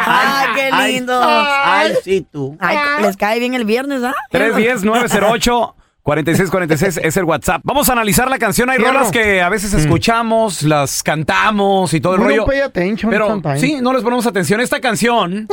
Speaker 7: Ah, qué
Speaker 8: I-
Speaker 7: lindo.
Speaker 8: I see tú.
Speaker 7: Ay, les cae bien el viernes, ¿ah?
Speaker 4: 310-908-4646 es el WhatsApp. Vamos a analizar la canción. Hay
Speaker 6: Cierro. Mm.
Speaker 4: rolas que a veces escuchamos, las cantamos y todo el
Speaker 6: We
Speaker 4: rollo.
Speaker 6: don't pay attention
Speaker 4: Pero
Speaker 6: sometimes.
Speaker 4: sí, no les ponemos atención. Esta canción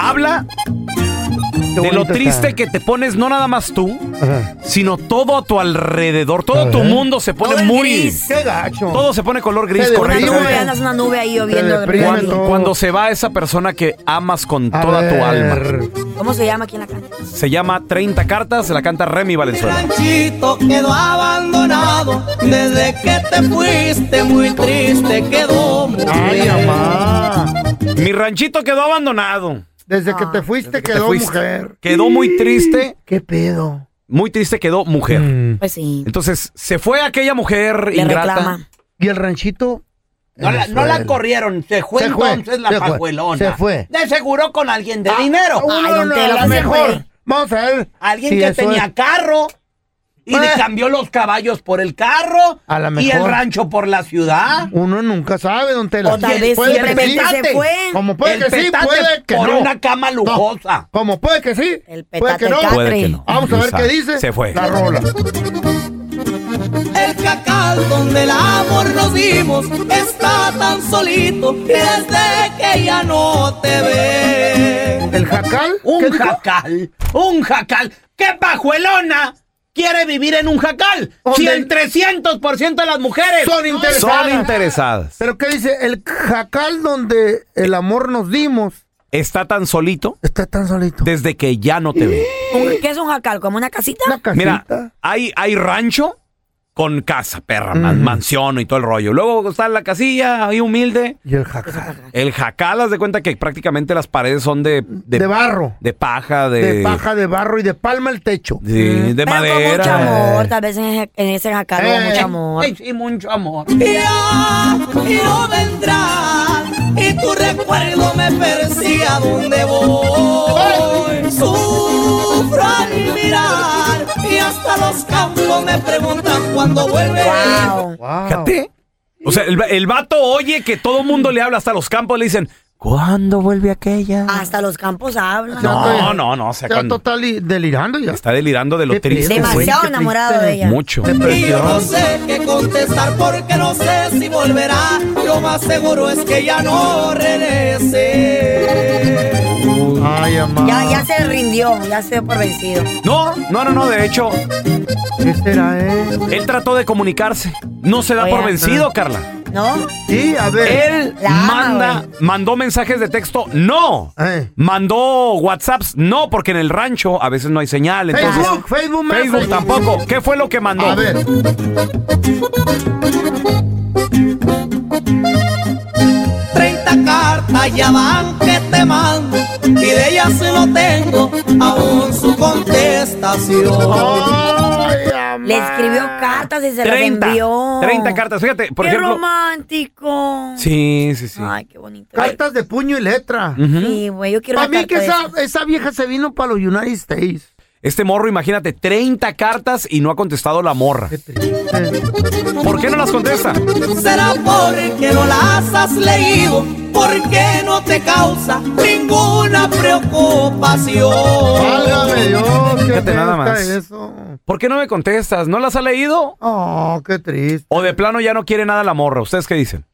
Speaker 4: habla de lo
Speaker 6: Mm. bonito
Speaker 4: triste
Speaker 6: está.
Speaker 4: que te pones, no nada más tú,
Speaker 6: Ajá.
Speaker 4: sino todo a tu alrededor. Todo tu mundo se pone
Speaker 7: Todo el
Speaker 4: muy.
Speaker 7: gris.
Speaker 6: Qué gacho.
Speaker 4: Todo se pone color gris,
Speaker 6: Se
Speaker 4: correcto.
Speaker 6: deprime.
Speaker 7: Ahí andas una nube ahí lloviendo. de
Speaker 6: deprime
Speaker 7: repente.
Speaker 4: Cuando, cuando se va esa persona que amas con
Speaker 6: A
Speaker 4: toda tu
Speaker 6: ver.
Speaker 4: alma.
Speaker 7: ¿Cómo se llama? ¿Quién la canta?
Speaker 4: Se llama 30 cartas, se la canta Remy Valenzuela.
Speaker 12: ranchito quedó abandonado desde que te fuiste muy triste quedó
Speaker 6: Ay, mamá.
Speaker 4: Mi ranchito quedó abandonado.
Speaker 6: Desde
Speaker 7: Ah.
Speaker 6: que te
Speaker 4: Te
Speaker 6: fuiste quedó
Speaker 4: fuiste.
Speaker 6: mujer.
Speaker 4: Quedó muy triste.
Speaker 6: ¿Qué pedo?
Speaker 4: Muy triste quedó mujer.
Speaker 6: Mm.
Speaker 7: Pues sí.
Speaker 4: Entonces, se fue aquella mujer
Speaker 7: Le
Speaker 4: ingrata.
Speaker 7: reclama.
Speaker 6: ¿Y el ranchito?
Speaker 8: No la, no la corrieron, se fue
Speaker 6: Se fue,
Speaker 8: entonces la
Speaker 6: se fue,
Speaker 8: pajuelona.
Speaker 6: se fue. Ah,
Speaker 8: De seguro con alguien de dinero.
Speaker 6: Uno de las mejor. Vamos a ver.
Speaker 8: Alguien
Speaker 6: si
Speaker 8: que
Speaker 6: eso
Speaker 8: tenía
Speaker 6: es-
Speaker 8: carro y le cambió los caballos por el carro
Speaker 6: A la
Speaker 8: y el
Speaker 6: mejor.
Speaker 8: rancho por la ciudad.
Speaker 6: Uno nunca sabe, don Tela.
Speaker 7: O tal
Speaker 6: Y
Speaker 7: vez
Speaker 6: puede que
Speaker 7: simplemente
Speaker 6: sí.
Speaker 7: se fue.
Speaker 6: Como puede
Speaker 8: El
Speaker 6: que sí,
Speaker 8: petate
Speaker 6: puede que
Speaker 8: por
Speaker 6: no.
Speaker 8: una cama
Speaker 6: No.
Speaker 8: lujosa.
Speaker 6: Como puede que sí, puede
Speaker 7: petate
Speaker 6: que no.
Speaker 7: catre. Puede
Speaker 4: que no.
Speaker 6: Vamos a ver
Speaker 4: Exacto.
Speaker 6: qué dice.
Speaker 4: Se fue.
Speaker 6: La rola.
Speaker 12: el cacal donde el amor nos dimos está tan solito que desde que ya no te ve
Speaker 6: ¿El jacal?
Speaker 8: Un jacal, un jacal. ¡Qué pajuelona! Quiere vivir en un jacal. Si el 300% de las mujeres
Speaker 6: Son
Speaker 4: Son
Speaker 6: interesadas.
Speaker 4: interesadas.
Speaker 6: Pero ¿qué dice? El jacal donde el amor nos dimos
Speaker 4: Está tan solito
Speaker 6: está tan solito.
Speaker 4: desde que ya no te ve.
Speaker 7: ¿Un- ¿Qué es un jacal? ¿Como una casita?
Speaker 6: Una
Speaker 4: Mira,
Speaker 6: casita.
Speaker 4: hay, hay rancho con casa, perra, man- mansión y todo el rollo. Luego está la casilla, ahí humilde.
Speaker 6: Y el jacal.
Speaker 4: El jacal, haz de cuenta que prácticamente las paredes son de... De,
Speaker 6: De barro.
Speaker 4: De paja, de...
Speaker 6: De paja, de barro y de palma el techo.
Speaker 4: de- de
Speaker 7: Pero con
Speaker 4: madera.
Speaker 7: mucho amor, tal vez en ese, en ese jacal hubo
Speaker 6: Eh.
Speaker 7: mucho amor.
Speaker 8: Ay, sí, mucho amor.
Speaker 12: Ya, y no vendrá y tu recuerdo me persigue a donde voy. Sufro al mirar y hasta los campos me preguntan cuándo vuelve.
Speaker 7: Wow.
Speaker 6: Wow.
Speaker 4: Fíjate. O sea, el, va- el vato oye que todo mundo le habla, hasta los campos le dicen, ¿cuándo vuelve aquella?
Speaker 7: Hasta los campos hablan.
Speaker 4: No, no, no, o sea,
Speaker 6: Está
Speaker 4: cuando-
Speaker 6: total y- delirando ya.
Speaker 4: está delirando de lo
Speaker 6: Qué
Speaker 4: triste.
Speaker 6: pedo,
Speaker 4: güey.
Speaker 7: Demasiado
Speaker 6: qué
Speaker 7: enamorado
Speaker 6: triste.
Speaker 7: de ella.
Speaker 4: Mucho.
Speaker 12: Y yo no
Speaker 6: Depresión.
Speaker 12: sé qué contestar porque no sé si volverá. Lo más seguro es que ya no regrese.
Speaker 6: Ay, amá.
Speaker 7: Ya, ya se rindió, ya se dio por vencido.
Speaker 4: No, no, no, no, de hecho,
Speaker 6: ¿Qué será, eh?
Speaker 4: él trató de comunicarse. No se da
Speaker 7: Oye,
Speaker 4: por vencido, Carla.
Speaker 7: ¿No?
Speaker 6: Sí, a ver.
Speaker 4: Él
Speaker 7: La ama,
Speaker 4: manda, mandó mensajes de texto, no.
Speaker 6: Eh.
Speaker 4: Mandó WhatsApps, no, porque en el rancho a veces no hay señal. Entonces,
Speaker 6: Facebook, Facebook, Messenger.
Speaker 4: Facebook tampoco. ¿Qué fue lo que mandó?
Speaker 6: A ver.
Speaker 12: Treinta cartas ya van que te mando y de ellas no tengo aún su contestación.
Speaker 6: Ay, amá.
Speaker 7: Le escribió cartas y se las
Speaker 4: 30,
Speaker 7: envió.
Speaker 4: 30 cartas. Fíjate, por
Speaker 7: qué
Speaker 4: ejemplo.
Speaker 7: romántico.
Speaker 4: Sí, sí, sí.
Speaker 7: Ay, qué bonito.
Speaker 6: Cartas de puño y letra.
Speaker 4: Ujú.
Speaker 7: Sí, güey, yo quiero
Speaker 6: Para
Speaker 7: una
Speaker 6: mí que
Speaker 7: carta de
Speaker 6: esa,
Speaker 7: esas.
Speaker 6: esa vieja se vino para los United States.
Speaker 4: Este morro, imagínate, 30 cartas y no ha contestado la morra. ¿Por qué no las contesta?
Speaker 12: Será porque no las has leído, porque no te causa ninguna preocupación.
Speaker 6: Válgame
Speaker 4: más.
Speaker 6: Dios.
Speaker 4: ¿Por qué no me contestas? ¿No las ha leído?
Speaker 6: Oh, qué triste.
Speaker 4: O de plano ya no quiere nada la morra. ¿Ustedes qué dicen?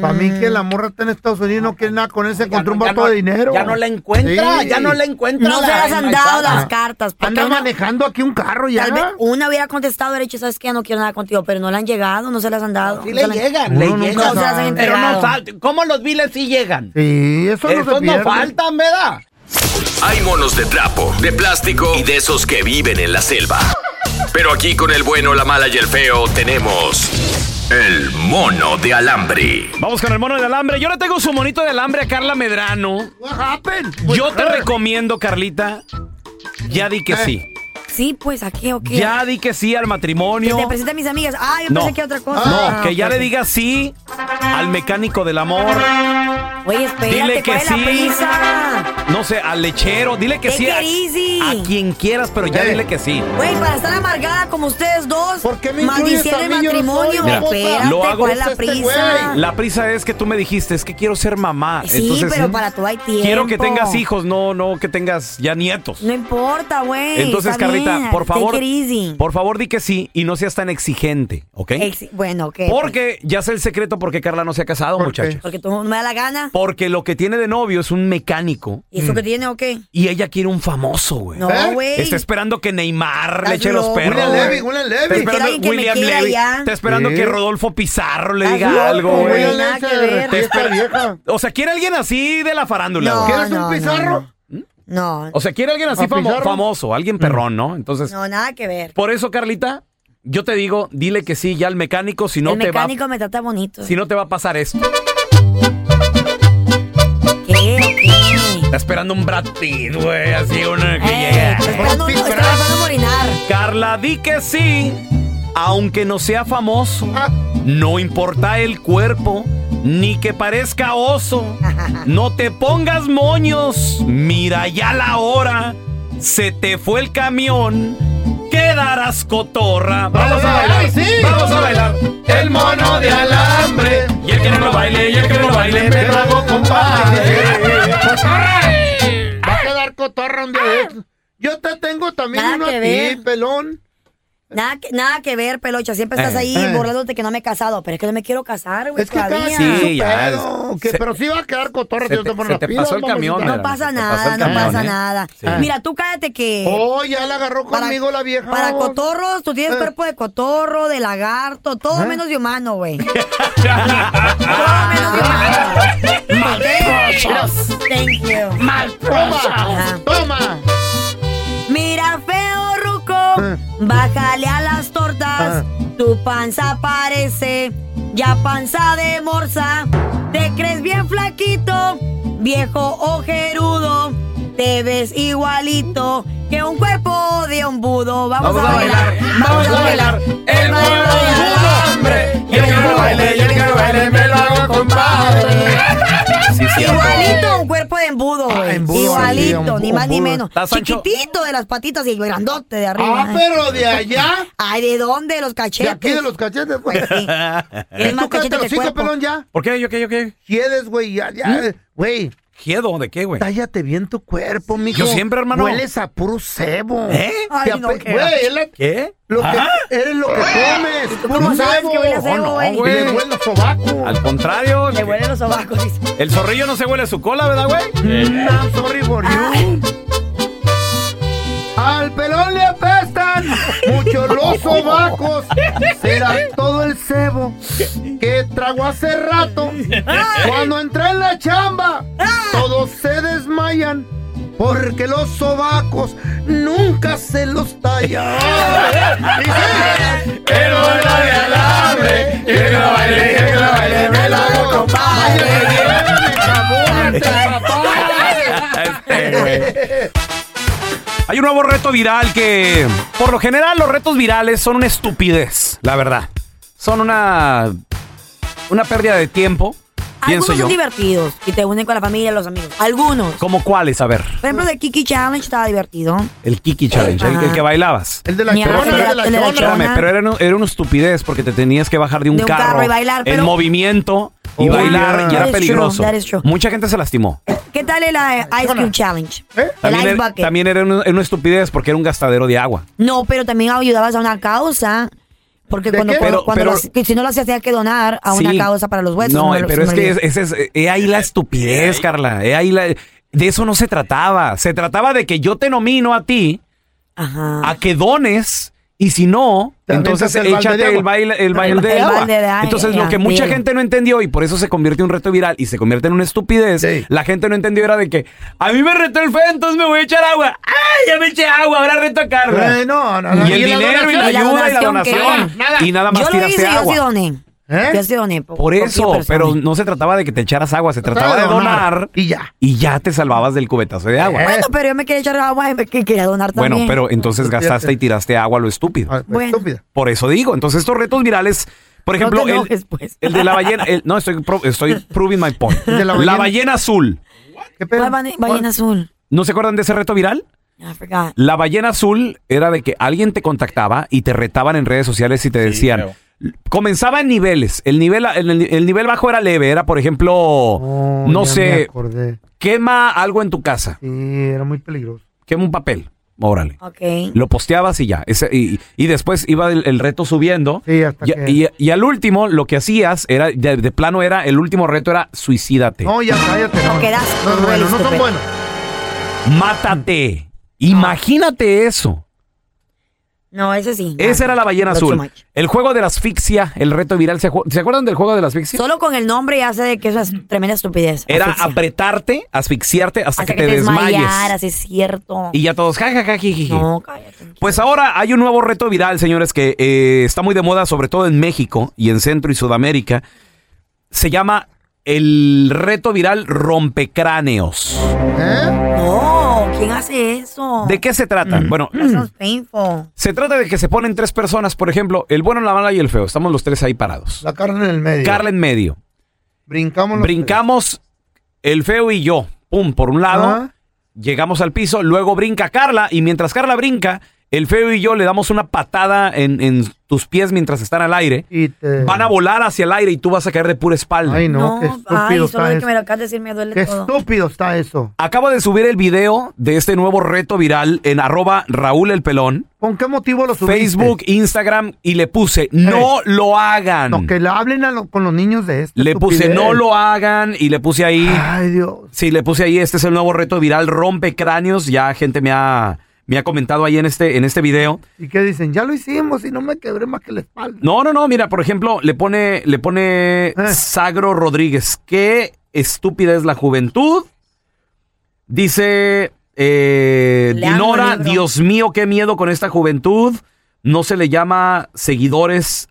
Speaker 6: Para mí que la morra está en Estados Unidos y no quiere nada con él, se encontró un vato de dinero.
Speaker 8: Mm. ya no la encuentra, ya no la encuentra
Speaker 7: No
Speaker 8: la
Speaker 7: se las han dado
Speaker 8: enmaizada.
Speaker 7: las cartas. porque
Speaker 6: Anda
Speaker 7: una-
Speaker 6: manejando aquí un carro ya.
Speaker 7: Tal vez una hubiera contestado derecho, sabes que ya no quiero nada contigo, pero no le han llegado, no se las han dado.
Speaker 8: Sí
Speaker 7: no
Speaker 8: le
Speaker 7: se las-
Speaker 8: llegan, le
Speaker 7: No, no
Speaker 8: llegan.
Speaker 7: se las han
Speaker 8: pero no
Speaker 7: entregado.
Speaker 8: falta. ¿Cómo los viles sí llegan?
Speaker 6: Sí, eso
Speaker 8: Esos no, faltan, ¿verdad?
Speaker 2: Hay monos de trapo, de plástico y de esos que viven en la selva. Pero aquí con el bueno, la mala y el feo tenemos el mono de alambre.
Speaker 4: Vamos con el mono de alambre. Yo le tengo su monito de alambre a Carla Medrano.
Speaker 6: Pues,
Speaker 4: Yo te
Speaker 6: eh.
Speaker 4: recomiendo, Carlita, ya di que sí.
Speaker 7: Sí, pues, ¿a qué o qué?
Speaker 4: Ya di que sí al
Speaker 7: Que
Speaker 4: matrimonio.
Speaker 7: te presente a mis amigas. Ah, yo pensé que otra cosa.
Speaker 4: No,
Speaker 7: Ah,
Speaker 4: que ya
Speaker 7: ok,
Speaker 4: le
Speaker 7: ok.
Speaker 4: digas sí al mecánico del amor.
Speaker 7: Oye, espérate,
Speaker 4: Dile que
Speaker 7: ¿cuál es
Speaker 4: sí.
Speaker 7: la prisa?
Speaker 4: No sé, al lechero. Dile que
Speaker 7: Take
Speaker 4: sí a,
Speaker 7: it easy.
Speaker 4: a quien quieras, pero ya dile que sí.
Speaker 7: Güey, para estar amargada como ustedes dos, ¿Por qué
Speaker 6: me incluyes a mí? Yo no soy
Speaker 7: el matrimonio.
Speaker 4: Mira,
Speaker 7: Espérate,
Speaker 4: lo hago-
Speaker 7: ¿cuál es la prisa?
Speaker 4: La prisa es que tú me dijiste, es que quiero ser mamá.
Speaker 7: Sí,
Speaker 4: Entonces, ¿eh? mm,
Speaker 7: pero para tu hay tiempo.
Speaker 4: Quiero que tengas hijos, no, no que tengas ya nietos.
Speaker 7: No importa, güey.
Speaker 4: Entonces,
Speaker 7: está
Speaker 4: Carlita,
Speaker 7: bien,
Speaker 4: por
Speaker 7: take
Speaker 4: favor,
Speaker 7: it easy.
Speaker 4: por favor, di que sí y no seas tan exigente, ¿ok?
Speaker 7: Ex- bueno, ok.
Speaker 4: Porque ya sé el secreto porque Carla no se ha casado, muchacho.
Speaker 7: Porque tú no me da la gana.
Speaker 4: Porque lo que tiene de novio es un mecánico. Mm.
Speaker 7: ¿Y eso que tiene o qué?
Speaker 4: Y ella quiere un famoso, güey.
Speaker 7: No, ¿Eh? güey.
Speaker 4: Está esperando que Neymar
Speaker 7: Estás
Speaker 4: le eche los
Speaker 7: loco,
Speaker 4: perros.
Speaker 7: William
Speaker 4: güey.
Speaker 7: Levy, William Levy. ¿Eh?
Speaker 4: Está
Speaker 7: Quiero
Speaker 4: esperando
Speaker 7: alguien que me
Speaker 4: William
Speaker 7: quiera
Speaker 4: Levy.
Speaker 7: ya.
Speaker 4: Está esperando
Speaker 7: Sí.
Speaker 4: que Rodolfo Pizarro le
Speaker 7: Estás
Speaker 4: diga
Speaker 7: loco,
Speaker 4: algo, güey.
Speaker 7: William Nada Levy se que ver. derrite
Speaker 4: Te
Speaker 7: esta
Speaker 4: espera- O sea, quiere alguien así de la farándula.
Speaker 7: No,
Speaker 4: güey.
Speaker 7: ¿Quieres un no, no, Pizarro?
Speaker 4: ¿Mm?
Speaker 7: No,
Speaker 4: O sea, quiere alguien así
Speaker 7: ¿A
Speaker 4: famo-
Speaker 7: Pizarro?
Speaker 4: famoso, alguien perrón, ¿no? Entonces,
Speaker 7: no, nada que ver.
Speaker 4: por eso, Carlita, yo te digo, dile que sí ya al mecánico, si no
Speaker 7: el
Speaker 4: te va,
Speaker 7: mecánico me trata bonito.
Speaker 4: si no te va a pasar esto.
Speaker 7: ¿Qué? ¿Qué?
Speaker 4: Está esperando un Brad Pitt, güey, así una que llega.
Speaker 7: No, no, está tratando de orinar.
Speaker 4: Carla, di que sí. Aunque no sea famoso, no importa el cuerpo, ni que parezca oso. No te pongas moños, mira ya la hora. Se te fue el camión, quedarás cotorra. Vamos a bailar, vamos a bailar. El mono de alambre. Y el que no lo baile, y el que no lo baile, me trago
Speaker 6: Va a quedar cotorra un día de estos. Yo te tengo también
Speaker 7: Nada
Speaker 6: uno
Speaker 7: que
Speaker 6: a ti,
Speaker 7: ver.
Speaker 6: pelón.
Speaker 7: Nada que, nada que ver, pelocha. Siempre estás
Speaker 6: Eh,
Speaker 7: ahí
Speaker 6: eh.
Speaker 7: burlándote que no me he casado. Pero es que no me quiero casar, güey.
Speaker 6: Es que cada
Speaker 7: todavía.
Speaker 6: quien su
Speaker 4: Sí, ya,
Speaker 6: pedo,
Speaker 4: es-
Speaker 6: que-
Speaker 4: se-
Speaker 6: pero sí va a quedar cotorra
Speaker 4: se
Speaker 6: si no
Speaker 4: te-
Speaker 6: te pones
Speaker 4: se te
Speaker 6: las
Speaker 4: pasó el
Speaker 6: pilas,
Speaker 4: camión,
Speaker 6: mamacita.
Speaker 7: No pasa
Speaker 4: pasó
Speaker 7: nada,
Speaker 4: el
Speaker 7: no
Speaker 4: camión,
Speaker 7: pasa
Speaker 4: ¿eh?
Speaker 7: nada.
Speaker 4: Sí.
Speaker 7: Mira, tú cállate que.
Speaker 6: Oh, ya la agarró conmigo la vieja. Eh.
Speaker 7: Para cotorros, tú tienes cuerpo de cotorro, de lagarto, todo menos de humano, güey. Thank you. Ajá.
Speaker 6: Toma.
Speaker 7: Mira, feo ruco, bájale a las tortas. Tu panza parece ya panza de morsa. Te crees bien flaquito, viejo ojerudo. Te ves igualito que un cuerpo de ombudo. Vamos, a, bailar, vamos a bailar. El
Speaker 4: Y el que no baile, y el que no baile, me lo hago compadre.
Speaker 7: Igualito a un cuerpo de embudo, güey.
Speaker 4: embudo,
Speaker 7: Igualito,
Speaker 4: sí,
Speaker 7: ni
Speaker 4: embudo,
Speaker 7: más ni
Speaker 4: embudo.
Speaker 7: menos.
Speaker 4: Está Sancho-
Speaker 7: Chiquitito de las patitas y grandote de arriba. ¿eh?
Speaker 6: Ah, pero de allá.
Speaker 7: Ay, ¿de dónde? Los
Speaker 6: De
Speaker 7: cachetes.
Speaker 6: aquí de los cachetes, güey.
Speaker 7: Pues, Es más
Speaker 6: Tú cállate
Speaker 7: cachete
Speaker 6: los
Speaker 7: que
Speaker 6: hijos,
Speaker 7: cuerpo.
Speaker 6: pelón, ya.
Speaker 4: ¿Por qué? ¿Yo qué? ¿Yo qué?
Speaker 6: Quieres, güey, ya, ya, güey.
Speaker 4: ¿Quiedo? ¿De qué, güey?
Speaker 6: Tállate bien tu cuerpo, mijo.
Speaker 4: Yo siempre, hermano.
Speaker 6: Hueles a puro cebo.
Speaker 4: ¿Eh?
Speaker 6: Te
Speaker 7: Ay, no,
Speaker 6: ape-
Speaker 7: qué
Speaker 6: Güey,
Speaker 7: gacho.
Speaker 6: es la-
Speaker 4: ¿Qué?
Speaker 6: lo que
Speaker 4: ¿Ah? Oh,
Speaker 6: eres lo que comes.
Speaker 7: tú
Speaker 6: puro
Speaker 7: cómo sabes
Speaker 6: cebo.
Speaker 7: que huele a cebo,
Speaker 6: no,
Speaker 7: güey?
Speaker 6: güey. Le huele los sobacos.
Speaker 4: Al contrario,
Speaker 7: Le huelen los sobacos. dice.
Speaker 4: el zorrillo no se huele su cola, ¿verdad, güey?
Speaker 6: Mm, I'm sorry for you. Al pelón le apestan mucho los sobacos. Será todo el cebo que trago hace rato. Cuando entré en la chamba, todos se desmayan. Porque los sobacos nunca se los tallan.
Speaker 4: El mono de alambre, y el que lo baile, y el que lo baile, me lo hago Este, güey. Hay un nuevo reto viral que, por lo general, los retos virales son una estupidez, la verdad. Son una una pérdida de tiempo, pienso
Speaker 7: Algunos
Speaker 4: yo.
Speaker 7: son divertidos y te unen con la familia y los amigos. Algunos.
Speaker 4: ¿Cómo cuáles? A ver,
Speaker 7: Por ejemplo, el Kiki Challenge estaba divertido.
Speaker 4: el Kiki Challenge, el,
Speaker 7: Ajá.
Speaker 4: el que bailabas.
Speaker 6: El de
Speaker 7: la Mi chona, amor, el de la- el de la el de la chona.
Speaker 4: Espérame, pero era, un- era una estupidez porque te tenías que bajar de un,
Speaker 7: De un carro y bailar,
Speaker 4: en
Speaker 7: pero-
Speaker 4: movimiento. y
Speaker 7: Oh,
Speaker 4: bailar
Speaker 7: yeah.
Speaker 4: y era
Speaker 7: That is true,
Speaker 4: peligroso.
Speaker 7: that is true.
Speaker 4: Mucha gente se lastimó.
Speaker 7: ¿Qué tal el eh, Ice Cube Challenge? El
Speaker 4: ¿Eh? También
Speaker 7: Ice
Speaker 4: era,
Speaker 7: Bucket.
Speaker 4: también era una, era una estupidez porque era un gastadero de agua.
Speaker 7: No, pero también ayudabas a una causa. Porque
Speaker 4: ¿De
Speaker 7: cuando,
Speaker 4: qué?
Speaker 7: cuando,
Speaker 4: Pero-
Speaker 7: cuando
Speaker 4: pero-
Speaker 7: lo hacías- que si no lo hacías, tenías que donar a una
Speaker 4: Sí.
Speaker 7: causa para los huesos.
Speaker 4: No, eh,
Speaker 7: me lo-
Speaker 4: pero es
Speaker 7: se me
Speaker 4: que
Speaker 7: olvidó.
Speaker 4: es- ese es- he ahí la estupidez, Carla. He ahí la- de eso no se trataba. Se trataba de que yo te nomino a ti a que dones y si no,
Speaker 8: Te avientas
Speaker 4: entonces
Speaker 8: el balde de
Speaker 4: échate
Speaker 8: agua.
Speaker 4: el baile, el baile
Speaker 8: El
Speaker 4: de agua.
Speaker 8: balde de agua.
Speaker 4: Entonces, lo que
Speaker 8: Ya,
Speaker 4: mucha
Speaker 8: sí.
Speaker 4: gente no entendió y por eso se convierte en un reto viral y se convierte en una estupidez, la gente no entendió era de que a mí me retó el fe, entonces me voy a echar agua. ¡Ay, ya me eché agua! Ahora reto a Carla.
Speaker 6: Eh, no, no, no.
Speaker 4: Y el
Speaker 6: ¿Y la
Speaker 4: dinero y la
Speaker 6: donación? ¿Y la
Speaker 4: ayuda y la
Speaker 6: donación qué?
Speaker 4: donación.
Speaker 6: Nada.
Speaker 4: Y nada más
Speaker 7: yo lo
Speaker 4: tiraste
Speaker 7: hice, yo
Speaker 4: agua.
Speaker 7: sí doné.
Speaker 8: ¿Eh?
Speaker 4: ¿Eh?
Speaker 7: Yo sí doné. po-
Speaker 4: Por
Speaker 7: poquillo,
Speaker 4: eso,
Speaker 7: pero sí
Speaker 4: pero
Speaker 7: doné.
Speaker 4: no se trataba de que te echaras agua, se trataba
Speaker 7: de
Speaker 4: de
Speaker 7: donar,
Speaker 4: donar y ya. Y ya te salvabas del cubetazo de agua.
Speaker 7: Bueno, pero yo me quería echar agua y me que- quería donar
Speaker 4: Bueno,
Speaker 7: también.
Speaker 4: pero entonces gastaste y tiraste agua a lo estúpido.
Speaker 7: Ah,
Speaker 4: Por eso digo, entonces estos retos virales, por
Speaker 7: No
Speaker 4: ejemplo,
Speaker 7: te
Speaker 4: el-
Speaker 7: enojes, pues.
Speaker 4: el, de la ballena, el- no, estoy, pro- estoy proving my point.
Speaker 7: de la
Speaker 4: la,
Speaker 7: ballena?
Speaker 4: ballena azul.
Speaker 7: ¿Cuál bane- ballena azul?
Speaker 4: ¿No se acuerdan de ese reto viral?
Speaker 7: I forgot.
Speaker 4: La ballena azul era de que alguien te contactaba y te retaban en redes sociales y te decían. Comenzaba en niveles. El nivel, el, el nivel bajo era leve. Era, por ejemplo, no
Speaker 6: Oh, ya me
Speaker 4: sé,
Speaker 6: acordé.
Speaker 4: quema algo en tu casa.
Speaker 6: Sí, era muy peligroso.
Speaker 4: Quema un papel. Órale.
Speaker 7: Ok.
Speaker 4: Lo posteabas y ya. Ese- y, y después iba el, el reto subiendo. y,
Speaker 6: que-
Speaker 4: y- y al último, lo que hacías era, de, de plano era, el último reto era suicídate.
Speaker 6: No, ya cállate. No, no, es
Speaker 7: pues,
Speaker 6: bueno, no son buenos.
Speaker 4: Mátate. Imagínate eso.
Speaker 7: No, ese sí.
Speaker 4: Esa era la ballena
Speaker 7: Not so
Speaker 4: azul.
Speaker 7: much.
Speaker 4: El juego de la asfixia, el reto viral. ¿Se, acu- ¿se acuerdan del juego de la asfixia?
Speaker 7: Solo con el nombre ya sé de que eso es tremenda estupidez.
Speaker 4: Era
Speaker 7: Asfixia.
Speaker 4: apretarte, asfixiarte hasta, que,
Speaker 7: Hasta
Speaker 4: te, desmayes.
Speaker 7: desmayaras, es cierto.
Speaker 4: Y ya todos, jajaja,
Speaker 7: No,
Speaker 4: Pues ahora hay un nuevo reto viral, señores, que eh, está muy de moda, sobre todo en México y en Centro y Sudamérica. Se llama el reto viral rompecráneos.
Speaker 7: No, ¿quién hace eso?
Speaker 4: ¿Eh? ¿De qué se trata?
Speaker 7: Mm.
Speaker 4: Bueno,
Speaker 7: Eso es painful.
Speaker 4: se trata de que se ponen tres personas, por ejemplo, el bueno, la mala y el feo. Estamos los tres ahí parados.
Speaker 6: La carne en el medio.
Speaker 4: Carla en medio.
Speaker 6: Brincamos. los-
Speaker 4: Brincamos el feo y yo. Pum, por un lado. Llegamos al piso, luego brinca Carla y mientras Carla brinca, el feo y yo le damos una patada en, en tus pies mientras están al aire. Van a volar hacia el aire y tú vas a caer de pura espalda.
Speaker 6: Ay, no, qué
Speaker 7: Ay,
Speaker 6: estúpido
Speaker 7: solo
Speaker 6: está
Speaker 7: de que
Speaker 6: eso.
Speaker 7: me lo acabas de decir me duele
Speaker 6: Qué
Speaker 7: todo.
Speaker 6: estúpido está eso.
Speaker 4: Acabo de subir el video de este nuevo reto viral en arroba Raúl El Pelón.
Speaker 6: ¿Con qué motivo lo subiste?
Speaker 4: Facebook, Instagram y le puse, no lo hagan.
Speaker 6: Eh, No, que le hablen a lo- con los niños de esto.
Speaker 4: Le puse no lo hagan y le puse ahí. Ay, Dios. Sí, le puse ahí, este es el nuevo reto viral, rompe cráneos. Ya gente me ha, me ha comentado ahí en este, en este video.
Speaker 6: ¿Y qué dicen? Ya lo hicimos y no me quebré más que la espalda.
Speaker 4: No, no, no, mira, por ejemplo, le pone, le pone
Speaker 8: Eh.
Speaker 4: Sagro Rodríguez. Qué estúpida es la juventud. Dice eh,
Speaker 8: Lean
Speaker 4: Dinora,
Speaker 8: el libro.
Speaker 4: Dios mío, qué miedo con esta juventud. No se le llama seguidores.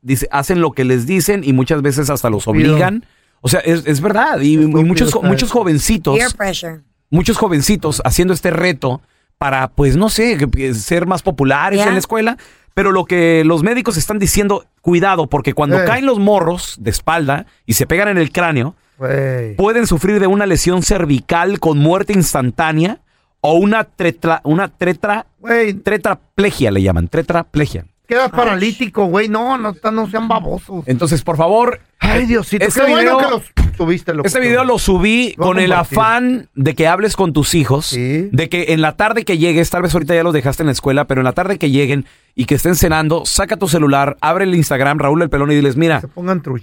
Speaker 4: Dice, hacen lo que les dicen y muchas veces hasta los
Speaker 8: Estúpido.
Speaker 4: obligan. O sea, es, es verdad. Y, y muchos,
Speaker 8: está
Speaker 4: muchos
Speaker 8: eso.
Speaker 4: jovencitos
Speaker 7: Peer pressure.
Speaker 4: muchos jovencitos haciendo este reto para, pues, no sé, que- que ser más populares
Speaker 7: Ya.
Speaker 4: en la escuela. Pero lo que los médicos están diciendo, cuidado, porque cuando
Speaker 6: Eh.
Speaker 4: caen los morros de espalda y se pegan en el cráneo,
Speaker 6: Güey.
Speaker 4: pueden sufrir de una lesión cervical con muerte instantánea o una tretra, una tretra, tetraplegia le llaman, tetraplegia.
Speaker 6: Quedas paralítico, güey. No, no, está- no sean babosos.
Speaker 4: Entonces, por favor.
Speaker 6: Ay, Diosito,
Speaker 4: este
Speaker 6: qué bueno
Speaker 4: video-
Speaker 6: que los tuviste.
Speaker 4: Este video lo subí
Speaker 6: Lo
Speaker 4: con el
Speaker 6: compartí.
Speaker 4: afán de que hables con tus hijos, de que en la tarde que llegues, tal vez ahorita ya los dejaste en la escuela, pero en la tarde que lleguen y que estén cenando, saca tu celular, abre el Instagram, Raúl el Pelón y diles, mira,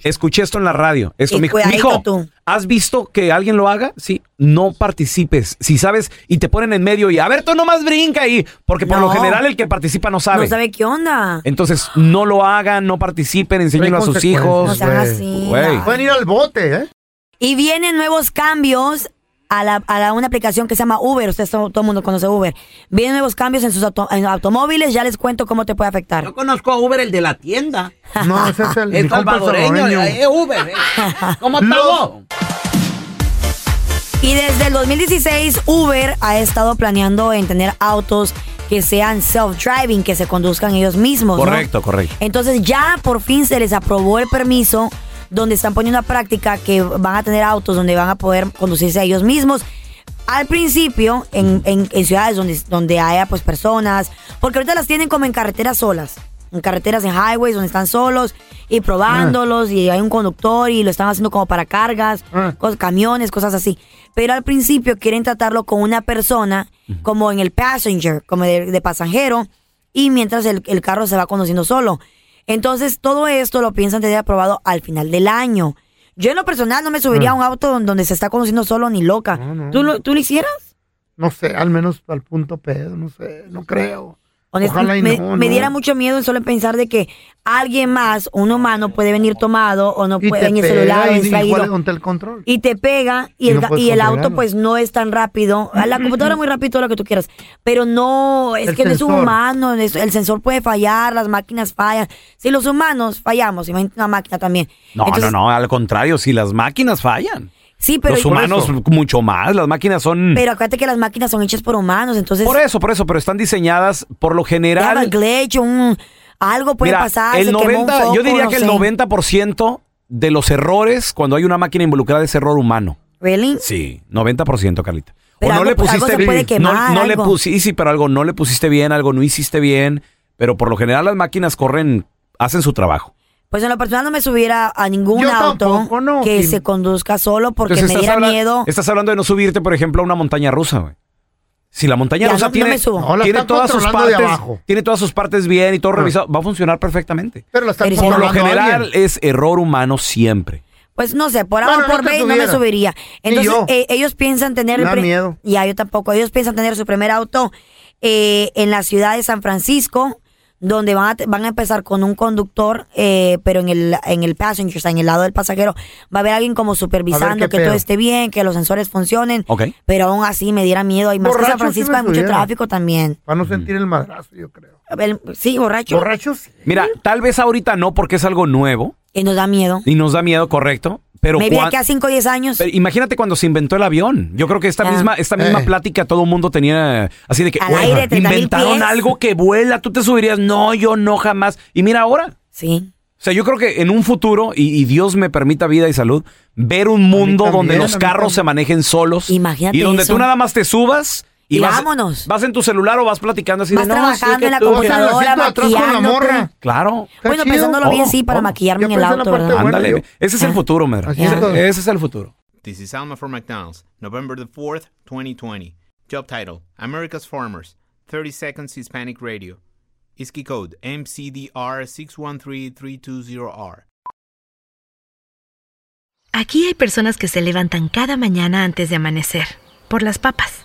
Speaker 4: escuché esto en la radio, esto,
Speaker 7: Y
Speaker 4: mijo,
Speaker 7: cuidadito
Speaker 4: mijo,
Speaker 7: tú.
Speaker 4: ¿has visto que alguien lo haga? Sí, no participes, si sabes, y te ponen en medio y, a ver, tú nomás brinca ahí, porque por lo
Speaker 7: No.
Speaker 4: general el que participa no sabe.
Speaker 7: No sabe qué onda.
Speaker 4: Entonces, no lo hagan, no participen, enséñenlo a sus hijos.
Speaker 7: No sean
Speaker 4: güey.
Speaker 7: así,
Speaker 4: Güey.
Speaker 7: no.
Speaker 6: Pueden ir al bote, ¿eh?
Speaker 7: Y vienen nuevos cambios a, la, a la- una aplicación que se llama Uber. Ustedes todo, todo el mundo conoce Uber. Vienen nuevos cambios en sus auto- en automóviles. Ya les cuento cómo te puede afectar. Yo
Speaker 8: conozco a Uber, el de la tienda.
Speaker 6: No, ese es el...
Speaker 8: El salvadoreño, eh, Uber. eh. ¿Cómo está vos?
Speaker 7: Y desde el 2016, Uber ha estado planeando en tener autos que sean self-driving, que se conduzcan ellos mismos. ¿no?
Speaker 4: Correcto, correcto.
Speaker 7: Entonces ya por fin se les aprobó el permiso donde están poniendo a práctica que van a tener autos donde van a poder conducirse a ellos mismos. Al principio, en, en- en ciudades donde, donde haya pues personas, porque ahorita las tienen como en carreteras solas. en carreteras, en highways, donde están solos y probándolos y hay un conductor y lo están haciendo como para cargas, cos- camiones, cosas así. Pero al principio quieren tratarlo con una persona como en el passenger, como de, de pasajero, y mientras el, el carro se va conduciendo solo. Entonces todo esto lo piensan tener aprobado al final del año. Yo en lo personal no me subiría a un auto don- donde se está conduciendo solo ni loca. ¿Tú, lo, ¿Tú lo hicieras?
Speaker 6: No sé, al menos al punto pedo, no sé, no creo. Ojalá
Speaker 7: Honestamente,
Speaker 6: y
Speaker 7: me,
Speaker 6: no,
Speaker 7: me
Speaker 6: no.
Speaker 7: diera mucho miedo en solo pensar de que alguien más, un humano, puede venir tomado o no
Speaker 6: Y
Speaker 7: puede
Speaker 6: te
Speaker 7: venir
Speaker 6: pega
Speaker 7: celular o
Speaker 6: y- y
Speaker 7: distraído.
Speaker 6: ¿cuál es- dónde está el control?
Speaker 7: y te pega y,
Speaker 6: Y
Speaker 7: el,
Speaker 6: no
Speaker 7: ga-
Speaker 6: puedes
Speaker 7: y el
Speaker 6: controlarlo.
Speaker 7: auto pues no es tan rápido. A La computadora muy rápido, todo lo que tú quieras. Pero no, es
Speaker 6: El
Speaker 7: que no es un
Speaker 6: sensor.
Speaker 7: humano, es- el sensor puede fallar, las máquinas fallan. Si los humanos fallamos, imagínate una máquina también.
Speaker 4: No,
Speaker 7: Entonces,
Speaker 4: no, no, al contrario, si las máquinas fallan.
Speaker 7: Sí, pero
Speaker 4: Los humanos mucho más, las máquinas son...
Speaker 7: Pero acuérdate que las máquinas son hechas por humanos, entonces
Speaker 4: Mm. por eso, por eso, pero están diseñadas por lo
Speaker 7: ya va el
Speaker 4: general...
Speaker 7: glitch, un- algo puede
Speaker 4: Mira,
Speaker 7: pasar.
Speaker 4: el
Speaker 7: se quemó un
Speaker 4: 90,
Speaker 7: foco,
Speaker 4: yo diría
Speaker 7: no
Speaker 4: que
Speaker 7: sé.
Speaker 4: el 90% de los errores cuando hay una máquina involucrada es error humano.
Speaker 7: ¿Really?
Speaker 4: Sí, 90%, Carlita.
Speaker 7: Pero
Speaker 4: o no
Speaker 7: algo-
Speaker 4: le
Speaker 7: algo
Speaker 4: pusiste
Speaker 7: se puede
Speaker 4: no-
Speaker 7: quemar,
Speaker 4: no, le
Speaker 7: algo.
Speaker 4: pusiste, sí, pero algo no le pusiste bien, algo no hiciste bien, pero por lo general las máquinas corren, hacen su trabajo.
Speaker 7: Pues en lo personal no me subiera a ningún
Speaker 6: Yo
Speaker 7: auto
Speaker 6: tampoco, no,
Speaker 7: que
Speaker 6: Kim.
Speaker 7: se conduzca solo porque
Speaker 4: Entonces,
Speaker 7: me diera
Speaker 4: habla-
Speaker 7: miedo.
Speaker 4: estás hablando de no subirte, por ejemplo, a una montaña rusa, güey. Si la montaña
Speaker 7: Ya,
Speaker 4: rusa
Speaker 7: no- no
Speaker 4: tiene,
Speaker 7: me subo. No, la
Speaker 4: tiene
Speaker 7: están
Speaker 4: todas sus
Speaker 7: controlando de
Speaker 4: partes,
Speaker 7: abajo. Ah.
Speaker 4: tiene todas sus partes bien y todo revisado, va a funcionar perfectamente.
Speaker 6: Pero la están
Speaker 7: Pero si
Speaker 4: por
Speaker 7: no-
Speaker 4: lo general es error humano siempre.
Speaker 7: Pues no sé, por
Speaker 6: Bueno,
Speaker 7: ahora
Speaker 6: no
Speaker 7: por
Speaker 6: te
Speaker 7: B no me
Speaker 6: subiera.
Speaker 7: subiría.
Speaker 6: Ni
Speaker 7: Entonces,
Speaker 6: yo.
Speaker 7: eh, ellos piensan tener... el
Speaker 6: Me da
Speaker 7: pri-
Speaker 6: miedo.
Speaker 7: Ya, yo tampoco. Ellos piensan tener su primer auto eh, en la ciudad de San Francisco, donde van a, te- van a empezar con un conductor, eh, pero en el, en el passenger, o sea, en el lado del pasajero, va a haber alguien como supervisando que
Speaker 6: pedo.
Speaker 7: todo esté bien, que los sensores funcionen.
Speaker 6: Ok.
Speaker 7: Pero aún así me diera miedo. Y más que
Speaker 6: Borracho
Speaker 7: San Francisco
Speaker 6: sí me
Speaker 7: hay mucho
Speaker 6: subiera.
Speaker 7: tráfico también.
Speaker 6: Para no sentir el madrazo, yo creo.
Speaker 7: El- sí, borracho.
Speaker 6: Borrachos.
Speaker 4: Mira, tal vez ahorita no porque es algo nuevo
Speaker 7: Y nos da miedo.
Speaker 4: y nos da miedo, correcto, pero
Speaker 7: Me vi
Speaker 4: cuan-
Speaker 7: aquí a 5 o 10 años.
Speaker 4: Pero imagínate cuando se inventó el avión. Yo creo que esta
Speaker 7: Ah.
Speaker 4: misma, esta misma plática todo el mundo tenía eh, así de que
Speaker 7: Al
Speaker 4: "Güey,
Speaker 7: aire, 30,000
Speaker 4: inventaron
Speaker 7: pies".
Speaker 4: algo que vuela, tú te subirías. No, yo no jamás. Y mira ahora.
Speaker 7: Sí.
Speaker 4: O sea, yo creo que en un futuro, y, y Dios me permita vida y salud, ver un mundo donde
Speaker 7: también,
Speaker 4: los
Speaker 7: a mí
Speaker 4: carros se manejen solos.
Speaker 7: Imagínate
Speaker 4: Y donde
Speaker 7: eso.
Speaker 4: tú nada más te subas y,
Speaker 7: Y
Speaker 4: vas,
Speaker 7: vámonos.
Speaker 4: vas en tu celular o vas platicando así
Speaker 7: Vas
Speaker 4: de "No, sí,
Speaker 7: trabajando
Speaker 4: que
Speaker 7: en la
Speaker 4: tú, que-".
Speaker 7: computadora, maquillándote.
Speaker 4: Claro.
Speaker 7: Bueno, pensándolo bien,
Speaker 4: Todo,
Speaker 7: sí, para
Speaker 4: todo.
Speaker 7: maquillarme en el auto, ¿verdad?
Speaker 4: Oh,
Speaker 7: Ah.
Speaker 4: Ándale, ese es el futuro, Medra.
Speaker 7: Así es todo.
Speaker 4: Ese es el futuro.
Speaker 24: This is Alma from McDonald's, November the 4th, 2020. Job title America's Farmers, 30 Seconds Hispanic Radio. ISKI code MCDR613320R.
Speaker 23: Aquí hay personas que se levantan cada mañana antes de amanecer, por las papas.